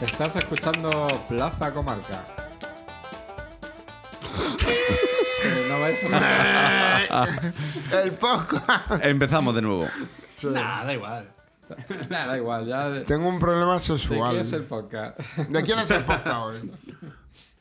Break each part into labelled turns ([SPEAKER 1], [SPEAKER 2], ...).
[SPEAKER 1] Estás escuchando Plaza Comarca. Eh, no vais a...
[SPEAKER 2] El poco.
[SPEAKER 3] Empezamos de nuevo.
[SPEAKER 4] Nah, Ah, da igual.
[SPEAKER 1] Nah, da igual, ya. ¿De
[SPEAKER 2] Tengo un problema
[SPEAKER 1] quién
[SPEAKER 2] sexual.
[SPEAKER 1] es el podcast?
[SPEAKER 2] ¿De quién es el podcast hoy?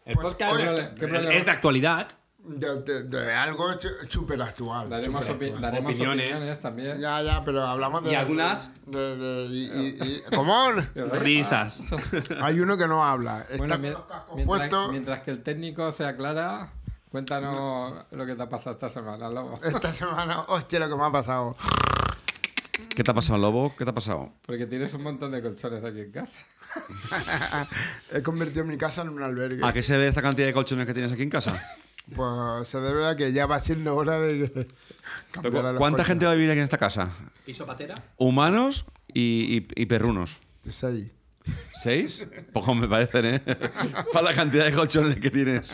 [SPEAKER 4] El podcast
[SPEAKER 1] oye,
[SPEAKER 4] es-
[SPEAKER 1] ¿qué problema?
[SPEAKER 4] es de actualidad.
[SPEAKER 2] De, de- de algo súper actual.
[SPEAKER 1] Daremos, opi- daremos opiniones.
[SPEAKER 4] Opiniones.
[SPEAKER 1] también.
[SPEAKER 2] Ya, ya, pero hablamos de.
[SPEAKER 4] ¿Y algunas?
[SPEAKER 2] De, de- y- y- y- ¿Cómo?
[SPEAKER 4] Risas.
[SPEAKER 2] Hay uno que no habla. Está
[SPEAKER 1] Bueno,
[SPEAKER 2] con
[SPEAKER 1] mie-
[SPEAKER 2] los cascos
[SPEAKER 1] mientras,
[SPEAKER 2] puestos.
[SPEAKER 1] mientras que el técnico se aclara, cuéntanos lo que te ha pasado esta semana, Lobo.
[SPEAKER 2] Esta semana, hostia, lo que me ha pasado.
[SPEAKER 3] ¿Qué te ha pasado, Lobo? ¿Qué te ha pasado?
[SPEAKER 1] Porque tienes un montón de colchones aquí en casa.
[SPEAKER 2] He convertido mi casa en un albergue.
[SPEAKER 3] ¿A qué se ve esta cantidad de colchones que tienes aquí en casa?
[SPEAKER 2] Pues se debe a que ya va siendo hora de que cambiar a los
[SPEAKER 3] ¿Cuánta
[SPEAKER 2] coches.
[SPEAKER 3] gente va a vivir aquí en esta casa?
[SPEAKER 4] ¿Piso patera?
[SPEAKER 3] Humanos y, y- y perrunos.
[SPEAKER 2] Es ahí.
[SPEAKER 3] ¿Seis? Poco me parecen, ¿eh? Para la cantidad de colchones que tienes.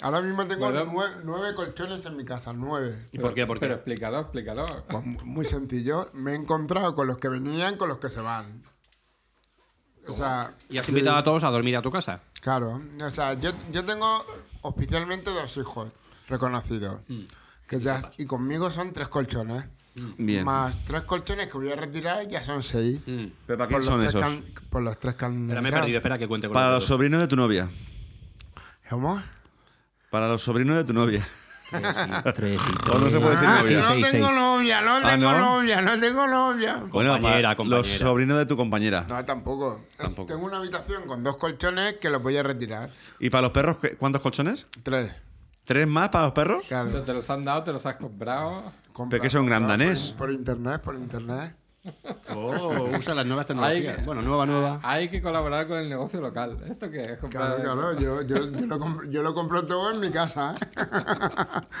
[SPEAKER 2] Ahora mismo tengo
[SPEAKER 1] Bueno.
[SPEAKER 2] nue- nueve colchones en mi casa, nueve.
[SPEAKER 4] ¿Y por qué? ¿Por qué?
[SPEAKER 1] Pero explícalo, explícalo.
[SPEAKER 2] Pues mu- muy sencillo. Me he encontrado con los que venían, con los que se van. O sea,
[SPEAKER 4] y has invitado a todos a dormir a tu casa.
[SPEAKER 2] claro. O sea, yo, yo tengo oficialmente dos hijos reconocidos.
[SPEAKER 4] Mm.
[SPEAKER 2] Que ya, y conmigo son tres colchones.
[SPEAKER 3] Mm. Bien.
[SPEAKER 2] Más tres colchones que voy a retirar, ya son seis.
[SPEAKER 3] ¿Pero para
[SPEAKER 2] Por
[SPEAKER 3] quién
[SPEAKER 2] los
[SPEAKER 3] son
[SPEAKER 2] tres
[SPEAKER 3] esos?
[SPEAKER 2] que han- por los tres que han
[SPEAKER 4] Pero me he
[SPEAKER 2] entrado.
[SPEAKER 4] perdido, Mm. espera que cuente con
[SPEAKER 3] Para los
[SPEAKER 4] nosotros.
[SPEAKER 3] sobrinos de tu novia.
[SPEAKER 2] ¿Cómo?
[SPEAKER 3] Para los sobrinos de tu novia.
[SPEAKER 4] Tres y
[SPEAKER 3] O no se puede decir
[SPEAKER 2] Ah,
[SPEAKER 3] novia.
[SPEAKER 2] no
[SPEAKER 4] Seis,
[SPEAKER 2] tengo
[SPEAKER 4] seis.
[SPEAKER 2] novia, no tengo
[SPEAKER 3] ¿no?
[SPEAKER 2] novia, no tengo novia.
[SPEAKER 3] Bueno,
[SPEAKER 4] Compañera,
[SPEAKER 3] para
[SPEAKER 4] compañera.
[SPEAKER 3] los sobrinos de tu compañera.
[SPEAKER 2] No, tampoco. Eh,
[SPEAKER 3] Tampoco.
[SPEAKER 2] Tengo una habitación con dos colchones que los voy a retirar.
[SPEAKER 3] ¿Y para los perros qué- cuántos colchones?
[SPEAKER 2] Tres.
[SPEAKER 3] ¿Tres más para los perros?
[SPEAKER 2] Claro.
[SPEAKER 1] Pero te los han dado, te los has comprado.
[SPEAKER 3] Pero que son grandanés.
[SPEAKER 2] Por internet, por internet.
[SPEAKER 4] Oh, usa las nuevas tecnologías.
[SPEAKER 1] Ay,
[SPEAKER 4] bueno, nueva, nueva.
[SPEAKER 1] Hay que colaborar con el negocio local. ¿Esto qué es?
[SPEAKER 2] Claro,
[SPEAKER 1] compadre?
[SPEAKER 2] claro. Yo, yo, yo, lo, compro, yo lo compro todo en mi casa. ¿eh?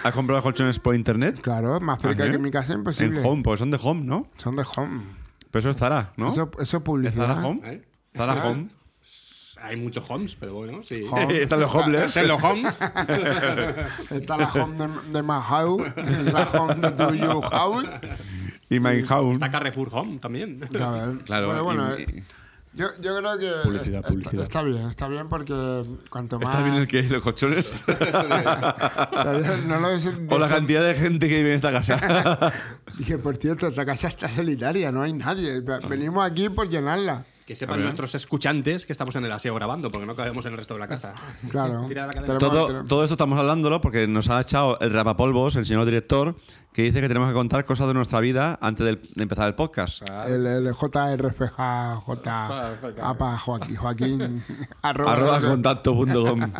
[SPEAKER 3] ¿Has comprado colchones por internet?
[SPEAKER 2] Claro, más cerca
[SPEAKER 3] Ajá.
[SPEAKER 2] que mi casa imposible.
[SPEAKER 3] ¿Ah, eh? En home, porque son de home, ¿no?
[SPEAKER 2] Son de home.
[SPEAKER 3] Pero eso es Zara, ¿no?
[SPEAKER 2] Eso, eso es
[SPEAKER 3] ¿Es
[SPEAKER 2] publicidad.
[SPEAKER 3] Zara Home?
[SPEAKER 4] ¿Eh? Pues
[SPEAKER 3] Zara Home.
[SPEAKER 4] Hay muchos homes, pero bueno, sí.
[SPEAKER 2] Home.
[SPEAKER 3] Están los homeless.
[SPEAKER 4] Ser los homes.
[SPEAKER 2] Está la home de, de my house, la home de tu you house.
[SPEAKER 3] Y My Home.
[SPEAKER 4] Está Carrefour Home también.
[SPEAKER 2] Claro,
[SPEAKER 3] Claro.
[SPEAKER 2] Pero bueno,
[SPEAKER 3] y-
[SPEAKER 2] eh, yo, yo creo que
[SPEAKER 3] Publicidad,
[SPEAKER 2] est-
[SPEAKER 3] publicidad.
[SPEAKER 2] Está, está bien, está bien porque cuanto más...
[SPEAKER 3] ¿Está bien el que los colchones?
[SPEAKER 2] está bien, no lo des-
[SPEAKER 3] o la cantidad de gente que vive en esta casa.
[SPEAKER 2] Dije, por cierto, esta casa está solitaria, no hay nadie. Venimos aquí por llenarla.
[SPEAKER 4] Que sepan nuestros escuchantes que estamos en el aseo grabando, porque no cabemos en el resto de la casa.
[SPEAKER 2] Claro.
[SPEAKER 4] Tira de la cadena.
[SPEAKER 2] Tenemos-
[SPEAKER 3] todo,
[SPEAKER 2] tenemos-
[SPEAKER 3] todo esto estamos hablándolo porque nos ha echado el rapapolvos, el señor director, que dice que tenemos que contar cosas de nuestra vida antes del- de empezar el podcast.
[SPEAKER 2] El, el JRFJ, apa, Joaquín, Joaquín arroba,
[SPEAKER 3] Arroba contacto.com.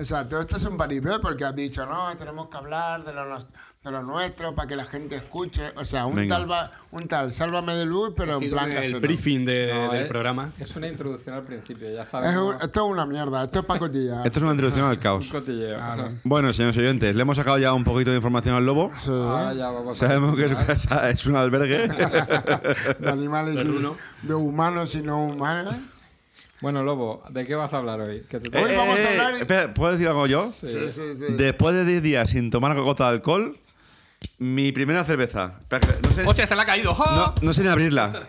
[SPEAKER 2] O sea, todo esto es un paripé porque has dicho, no, tenemos que hablar de lo, nos- de lo nuestro para que la gente escuche. O sea, un,
[SPEAKER 3] Venga.
[SPEAKER 2] tal, va- un tal, sálvame de luz, pero
[SPEAKER 4] Ha
[SPEAKER 2] en
[SPEAKER 4] sido
[SPEAKER 2] plan
[SPEAKER 4] el
[SPEAKER 2] casero.
[SPEAKER 4] briefing de-
[SPEAKER 1] No,
[SPEAKER 4] del
[SPEAKER 1] eh,
[SPEAKER 4] programa.
[SPEAKER 1] Es una introducción al principio, ya sabes.
[SPEAKER 2] Es
[SPEAKER 1] cómo-
[SPEAKER 2] un- esto es una mierda, esto es para cotillar.
[SPEAKER 3] Esto es una introducción al
[SPEAKER 1] un
[SPEAKER 3] caos.
[SPEAKER 1] cotilleo.
[SPEAKER 2] Ah,
[SPEAKER 3] Bueno, señores oyentes, le hemos sacado ya un poquito de información al lobo.
[SPEAKER 2] Sí,
[SPEAKER 1] Ahora ya vamos a-
[SPEAKER 3] Sabemos que su casa es un albergue.
[SPEAKER 2] de animales, y-
[SPEAKER 4] Perruno.
[SPEAKER 2] de humanos y no humanos.
[SPEAKER 1] Bueno, Lobo, ¿de qué vas a hablar hoy? Que te-
[SPEAKER 3] Eh, eh,
[SPEAKER 2] vamos a
[SPEAKER 3] eh,
[SPEAKER 2] hablar y-
[SPEAKER 3] espera, ¿Puedo decir algo yo?
[SPEAKER 2] Sí, sí, sí.
[SPEAKER 3] Después de 10 días sin tomar gota de alcohol, mi primera cerveza. Espera, que No sé,
[SPEAKER 4] ¡Hostia, se le ha caído! ¡Oh!
[SPEAKER 3] no- no sé ni abrirla.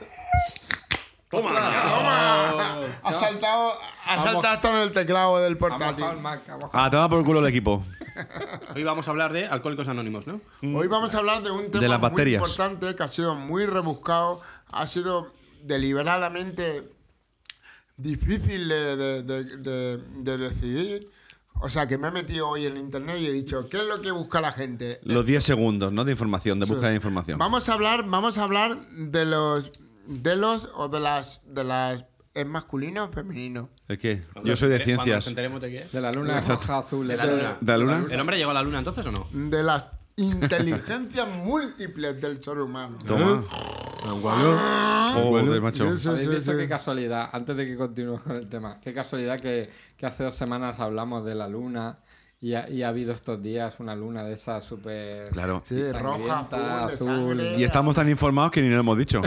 [SPEAKER 2] Ha saltado, ha saltado hasta en el teclado del
[SPEAKER 1] Ha
[SPEAKER 2] portátil.
[SPEAKER 1] mojado el Mac, ha mojado-
[SPEAKER 3] Ah, toma por culo el equipo.
[SPEAKER 4] Hoy vamos a hablar de Alcohólicos Anónimos, ¿no?
[SPEAKER 2] Hoy vamos a hablar de un tema
[SPEAKER 3] Mm. De las
[SPEAKER 2] muy
[SPEAKER 3] bacterias.
[SPEAKER 2] importante que ha sido muy rebuscado, ha sido deliberadamente difícil de, de- de- de- de decidir. O sea, que me he metido hoy en internet y he dicho, ¿qué es lo que busca la gente?
[SPEAKER 3] Los 10 segundos, ¿no? De información, de búsqueda de información.
[SPEAKER 2] Vamos a hablar, vamos a hablar de los de los o de las de las es masculino o femenino.
[SPEAKER 3] ¿El qué? Yo soy de
[SPEAKER 4] Eh, cuando nos
[SPEAKER 3] ciencias.
[SPEAKER 4] enteremos de qué es.
[SPEAKER 1] De la luna roja azul.
[SPEAKER 4] De la
[SPEAKER 1] esa.
[SPEAKER 4] luna.
[SPEAKER 3] ¿De la luna?
[SPEAKER 4] ¿El hombre llegó a la luna entonces o no?
[SPEAKER 2] De las inteligencias múltiples del ser humano.
[SPEAKER 3] Toma.
[SPEAKER 4] ¿Eh?
[SPEAKER 3] Joder, macho.
[SPEAKER 2] Sí,
[SPEAKER 1] ¿Habéis
[SPEAKER 2] sí,
[SPEAKER 1] visto
[SPEAKER 2] sí.
[SPEAKER 1] qué casualidad? Antes de que continuemos con el tema, qué casualidad que, que hace dos semanas hablamos de la luna y ha, y ha habido estos días una luna de esas súper.
[SPEAKER 3] Claro.
[SPEAKER 2] Sí, roja,
[SPEAKER 1] sangrienta,
[SPEAKER 2] azul, de
[SPEAKER 1] azul.
[SPEAKER 2] sangre.
[SPEAKER 3] Y estamos tan informados que ni lo hemos dicho.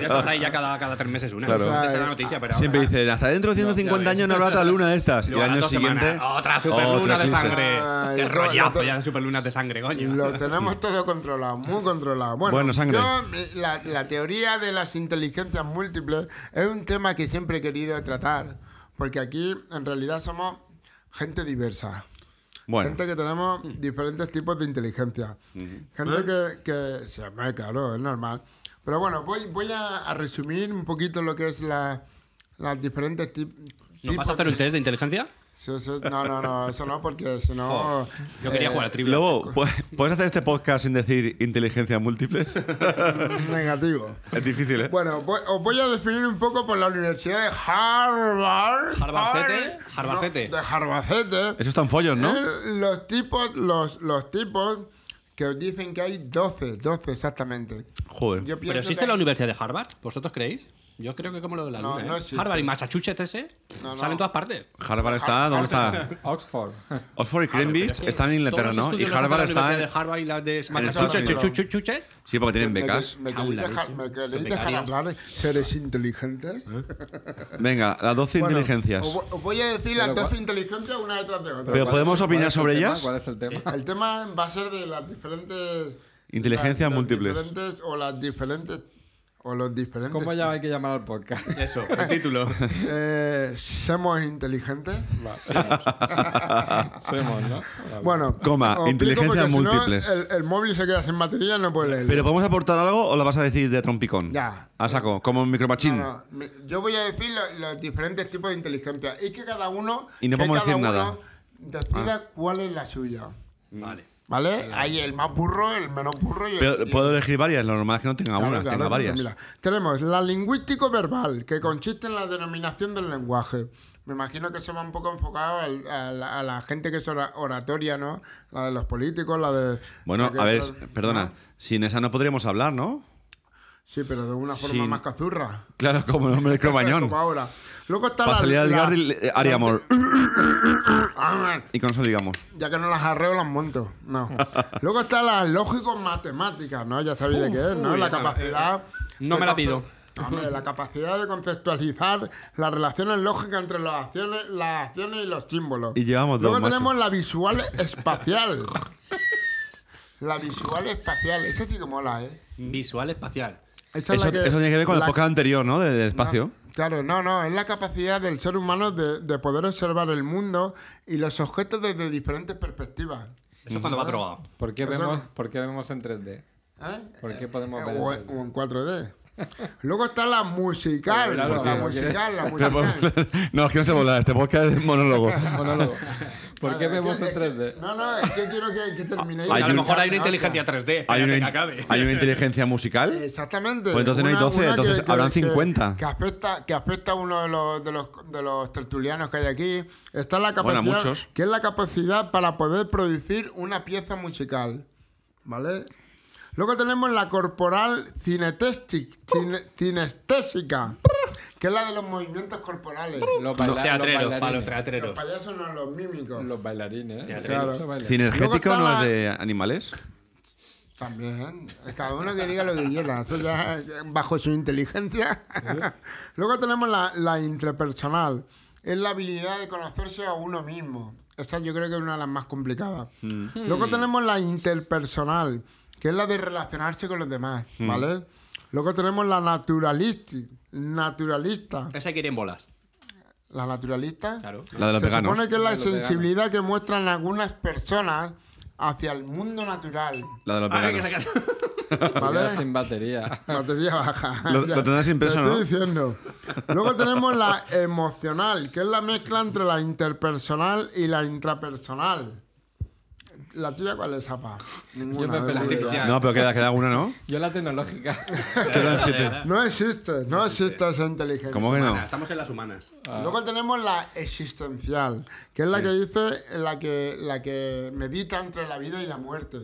[SPEAKER 4] esas hay ya cada, cada tres meses una.
[SPEAKER 3] Claro.
[SPEAKER 4] Antes era la noticia, pero
[SPEAKER 3] Siempre
[SPEAKER 4] ahora-
[SPEAKER 3] dicen, hasta dentro de 150
[SPEAKER 4] No,
[SPEAKER 3] años no habrá otra luna de estas. Y
[SPEAKER 4] Luego
[SPEAKER 3] el
[SPEAKER 4] a las
[SPEAKER 3] año
[SPEAKER 4] dos
[SPEAKER 3] siguiente.
[SPEAKER 4] semanas, otra superluna de
[SPEAKER 3] crisis.
[SPEAKER 4] sangre.
[SPEAKER 2] Ay,
[SPEAKER 4] Qué
[SPEAKER 2] lo-
[SPEAKER 4] rollazo
[SPEAKER 2] lo-
[SPEAKER 4] ya de superlunas de sangre, coño.
[SPEAKER 2] Lo tenemos todo controlado, muy controlado. Bueno,
[SPEAKER 3] Bueno, sangre.
[SPEAKER 2] yo, eh, la, la teoría de las inteligencias múltiples es un tema que siempre he querido tratar, porque aquí en realidad somos gente diversa.
[SPEAKER 3] Bueno,
[SPEAKER 2] Gente que tenemos diferentes tipos de inteligencia. Gente que, que... Sí, hombre, claro, es normal. Pero bueno, voy, voy a, a resumir un poquito lo que es la, las diferentes tip-
[SPEAKER 4] ¿Nos vas a
[SPEAKER 2] tipos...
[SPEAKER 4] hacer un test de inteligencia?
[SPEAKER 2] Sí, sí, no, no, no, eso no, porque si no...
[SPEAKER 4] Yo quería
[SPEAKER 2] eh,
[SPEAKER 4] jugar a trivia.
[SPEAKER 3] Lobo, ¿pu- ¿puedes hacer este podcast sin decir inteligencia múltiple?
[SPEAKER 2] Negativo.
[SPEAKER 3] es difícil, ¿eh?
[SPEAKER 2] Bueno, voy- os voy a definir un poco por la Universidad de Harvard.
[SPEAKER 4] ¿Harvardcete?
[SPEAKER 2] Harvard-
[SPEAKER 4] ¿Harvardcete?
[SPEAKER 2] no, de Harvardcete.
[SPEAKER 3] Eso están follos, ¿no?
[SPEAKER 2] Eh, Los tipos, los, los tipos que os dicen que hay 12, 12 exactamente.
[SPEAKER 3] Joder.
[SPEAKER 2] Yo
[SPEAKER 4] ¿Pero
[SPEAKER 2] pienso
[SPEAKER 4] existe
[SPEAKER 2] que-
[SPEAKER 4] la Universidad de Harvard? ¿Vosotros creéis? Yo creo que como lo de la
[SPEAKER 2] No,
[SPEAKER 4] luna. ¿eh?
[SPEAKER 2] no existe.
[SPEAKER 4] Harvard y Massachusetts ese
[SPEAKER 2] No, no.
[SPEAKER 4] salen en todas partes.
[SPEAKER 3] Harvard está, ¿dónde está?
[SPEAKER 1] Oxford.
[SPEAKER 3] Oxford y Cambridge están en Inglaterra,
[SPEAKER 4] Todos los
[SPEAKER 3] ¿no? Y
[SPEAKER 4] estudios los hace
[SPEAKER 3] Harvard
[SPEAKER 4] la
[SPEAKER 3] está.
[SPEAKER 4] Universidad
[SPEAKER 3] en-
[SPEAKER 4] de Harvard y la de
[SPEAKER 3] Estados
[SPEAKER 4] Massachusetts.
[SPEAKER 3] Unidos.
[SPEAKER 4] chu, chu, chu, chuches.
[SPEAKER 3] Sí, porque tienen
[SPEAKER 2] Me que-
[SPEAKER 3] becas.
[SPEAKER 2] Me
[SPEAKER 4] Cago en
[SPEAKER 2] queréis
[SPEAKER 4] la
[SPEAKER 2] dejar,
[SPEAKER 4] leche.
[SPEAKER 2] me queréis
[SPEAKER 4] Los
[SPEAKER 2] dejar
[SPEAKER 4] becarios. ¿Eh?
[SPEAKER 2] hablar, seres inteligentes.
[SPEAKER 3] Venga, las 12
[SPEAKER 2] Bueno, pues,
[SPEAKER 3] inteligencias.
[SPEAKER 2] Os, vo- os voy a decir las
[SPEAKER 1] Pero
[SPEAKER 2] 12
[SPEAKER 1] cuál-
[SPEAKER 2] inteligencias una detrás de otra.
[SPEAKER 3] Pero
[SPEAKER 1] ¿Cuál es-
[SPEAKER 3] podemos
[SPEAKER 1] cuál
[SPEAKER 3] opinar
[SPEAKER 1] es el
[SPEAKER 3] sobre
[SPEAKER 1] tema?
[SPEAKER 3] ellas?
[SPEAKER 1] ¿Cuál es el tema?
[SPEAKER 2] El tema va a ser de las diferentes.
[SPEAKER 3] Inteligencias
[SPEAKER 2] las- las
[SPEAKER 3] múltiples.
[SPEAKER 2] diferentes- o las diferentes. O los diferentes.
[SPEAKER 1] ¿Cómo ya hay que llamar al podcast?
[SPEAKER 4] Eso, el título.
[SPEAKER 2] Eh, ¿Somos inteligentes? Va,
[SPEAKER 1] Somos, ¿no?
[SPEAKER 2] Bueno.
[SPEAKER 3] Coma,
[SPEAKER 2] os explico
[SPEAKER 3] inteligencias
[SPEAKER 2] porque si no,
[SPEAKER 3] múltiples.
[SPEAKER 2] el, el móvil se queda sin batería y no puede leer.
[SPEAKER 3] ¿Pero podemos aportar algo o la vas a decir de trompicón?
[SPEAKER 2] Ya.
[SPEAKER 3] A saco, como un micromachín.
[SPEAKER 2] No, me- yo voy a decir lo- los diferentes tipos de inteligencia. Y que cada uno.
[SPEAKER 3] Y no
[SPEAKER 2] que
[SPEAKER 3] vamos a
[SPEAKER 2] cada
[SPEAKER 3] decir nada. Ah.
[SPEAKER 2] uno Decida cuál es la suya.
[SPEAKER 4] Vale.
[SPEAKER 2] ¿Vale? Hay el más burro, el menos burro y el. y
[SPEAKER 3] Pero
[SPEAKER 2] el-
[SPEAKER 3] puedo elegir varias, lo normal es que no tenga
[SPEAKER 2] Claro,
[SPEAKER 3] una,
[SPEAKER 2] claro,
[SPEAKER 3] tenga
[SPEAKER 2] claro,
[SPEAKER 3] varias.
[SPEAKER 2] mira. tenemos la lingüístico verbal, que consiste en la denominación del lenguaje. Me imagino que eso va un poco enfocado al- a, la, a la gente que es ora- oratoria, ¿no? La de los políticos, la de. la
[SPEAKER 3] Bueno,
[SPEAKER 2] que
[SPEAKER 3] a ver,
[SPEAKER 2] es-
[SPEAKER 3] perdona,
[SPEAKER 2] ¿no?
[SPEAKER 3] sin esa no podríamos hablar, ¿no?
[SPEAKER 2] Sí, pero de una forma
[SPEAKER 3] Sin-
[SPEAKER 2] más cazurra.
[SPEAKER 3] Claro, como el hombre del cromañón.
[SPEAKER 2] Como ahora. Luego está
[SPEAKER 3] Para
[SPEAKER 2] la.
[SPEAKER 3] salir al
[SPEAKER 2] la-
[SPEAKER 3] Gardi le- eh, haríamos.
[SPEAKER 2] Ah,
[SPEAKER 3] Y con eso digamos.
[SPEAKER 2] Ya que no las arreo, las monto. No. Luego está la lógico matemática, ¿no? Ya sabéis de qué es, ¿no?
[SPEAKER 4] uy,
[SPEAKER 2] La
[SPEAKER 4] ya sabes.
[SPEAKER 2] capacidad.
[SPEAKER 3] eh,
[SPEAKER 4] No
[SPEAKER 2] de
[SPEAKER 4] me la
[SPEAKER 2] conce-
[SPEAKER 4] pido.
[SPEAKER 2] Hombre, la capacidad de conceptualizar las relaciones lógicas entre las acciones, las acciones y los símbolos.
[SPEAKER 3] Y llevamos dos,
[SPEAKER 2] Luego
[SPEAKER 3] macho.
[SPEAKER 2] tenemos la visual espacial. la visual espacial. Esa sí que mola, ¿eh?
[SPEAKER 4] Visual espacial.
[SPEAKER 2] Esa es
[SPEAKER 3] Eso,
[SPEAKER 2] la
[SPEAKER 3] eso tiene que ver con la
[SPEAKER 2] la-
[SPEAKER 3] época anterior, ¿no? De- Del espacio.
[SPEAKER 2] Claro, no, no, es la capacidad del ser humano de, de poder observar el mundo y los objetos desde diferentes perspectivas.
[SPEAKER 4] Eso es cuando va drogado.
[SPEAKER 1] ¿Por qué,
[SPEAKER 2] Eso-
[SPEAKER 1] vemos, ¿Por qué vemos en 3D?
[SPEAKER 2] ¿Eh?
[SPEAKER 1] ¿Por qué podemos
[SPEAKER 2] Eh,
[SPEAKER 1] ver en
[SPEAKER 2] o,
[SPEAKER 1] 3D?
[SPEAKER 2] o en 4D. Luego está la musical,
[SPEAKER 1] Claro,
[SPEAKER 2] la
[SPEAKER 1] porque-
[SPEAKER 2] musical, la
[SPEAKER 3] Pero
[SPEAKER 2] musical.
[SPEAKER 3] podemos- no, es que no se volar, este podcast es monólogo.
[SPEAKER 1] Monólogo. ¿Por Ah, qué
[SPEAKER 2] Es que-
[SPEAKER 1] vemos en
[SPEAKER 2] es que-
[SPEAKER 1] 3D?
[SPEAKER 2] No, no, es que quiero que, Ah, que terminéis.
[SPEAKER 3] Hay
[SPEAKER 4] a lo
[SPEAKER 3] un-
[SPEAKER 4] mejor hay una inteligencia 3D.
[SPEAKER 3] Hay una,
[SPEAKER 4] espérate que
[SPEAKER 3] in-
[SPEAKER 4] acabe.
[SPEAKER 3] hay una inteligencia musical.
[SPEAKER 2] Exactamente.
[SPEAKER 3] Pues entonces no hay 12, entonces habrán 50.
[SPEAKER 2] Que, afecta, que afecta a uno de los, de, los, de los tertulianos que hay aquí. Está la
[SPEAKER 3] Bueno, a
[SPEAKER 2] capacidad.
[SPEAKER 3] muchos.
[SPEAKER 2] Que es la capacidad para poder producir una pieza musical. ¿Vale? Luego tenemos la corporal cinetésica, cinestésica, que es la de los movimientos corporales.
[SPEAKER 1] Los, baila-
[SPEAKER 4] Los teatreros,
[SPEAKER 1] los
[SPEAKER 4] para
[SPEAKER 1] bailarines.
[SPEAKER 2] Los
[SPEAKER 4] los teatreros.
[SPEAKER 2] payasos no los mímicos.
[SPEAKER 1] Los bailarines. ¿eh?
[SPEAKER 4] Teatreros.
[SPEAKER 1] Mucho baile.
[SPEAKER 2] Luego
[SPEAKER 3] Cinergético
[SPEAKER 2] está
[SPEAKER 3] no
[SPEAKER 2] la-
[SPEAKER 3] es de animales.
[SPEAKER 2] También. Cada uno que diga lo que quiera. Eso ya es eh, bajo su inteligencia. Luego tenemos la, la intrapersonal. Es la habilidad de conocerse a uno mismo. Esta yo creo que es una de las más complicadas.
[SPEAKER 3] Mm.
[SPEAKER 2] Luego tenemos la interpersonal, que es la de relacionarse con los demás,
[SPEAKER 3] Mm.
[SPEAKER 2] ¿vale? Luego tenemos la naturalista. Naturalista.
[SPEAKER 4] Esa quiere en bolas.
[SPEAKER 2] La naturalista.
[SPEAKER 4] Claro.
[SPEAKER 3] La de los
[SPEAKER 2] Se
[SPEAKER 3] veganos.
[SPEAKER 2] supone que es
[SPEAKER 1] La
[SPEAKER 2] la
[SPEAKER 1] de los veganos.
[SPEAKER 2] sensibilidad que muestran algunas personas hacia el mundo natural.
[SPEAKER 3] La de los
[SPEAKER 4] Ah, hay que
[SPEAKER 3] veganos.
[SPEAKER 4] sacar-
[SPEAKER 1] Porque
[SPEAKER 2] ¿Vale?
[SPEAKER 1] sin batería.
[SPEAKER 2] Batería baja.
[SPEAKER 3] Lo-
[SPEAKER 2] Ya,
[SPEAKER 3] lo tendrás impreso,
[SPEAKER 2] lo
[SPEAKER 3] ¿no?
[SPEAKER 2] estoy diciendo. Luego tenemos la emocional, que es la mezcla entre la interpersonal y la intrapersonal. ¿La tuya cuál es, Apa? Ninguna.
[SPEAKER 1] me
[SPEAKER 2] ¿eh?
[SPEAKER 1] perdí.
[SPEAKER 4] Artificial.
[SPEAKER 3] No, pero queda, queda una, ¿no?
[SPEAKER 1] Yo la tecnológica.
[SPEAKER 3] Quedan siete.
[SPEAKER 2] No existe, no existe esa inteligencia.
[SPEAKER 3] ¿Cómo que
[SPEAKER 4] Humana,
[SPEAKER 3] no?
[SPEAKER 4] Estamos en las humanas.
[SPEAKER 3] Ah.
[SPEAKER 2] Luego tenemos la existencial, que es la que dice, la que, la que medita entre la vida y la muerte.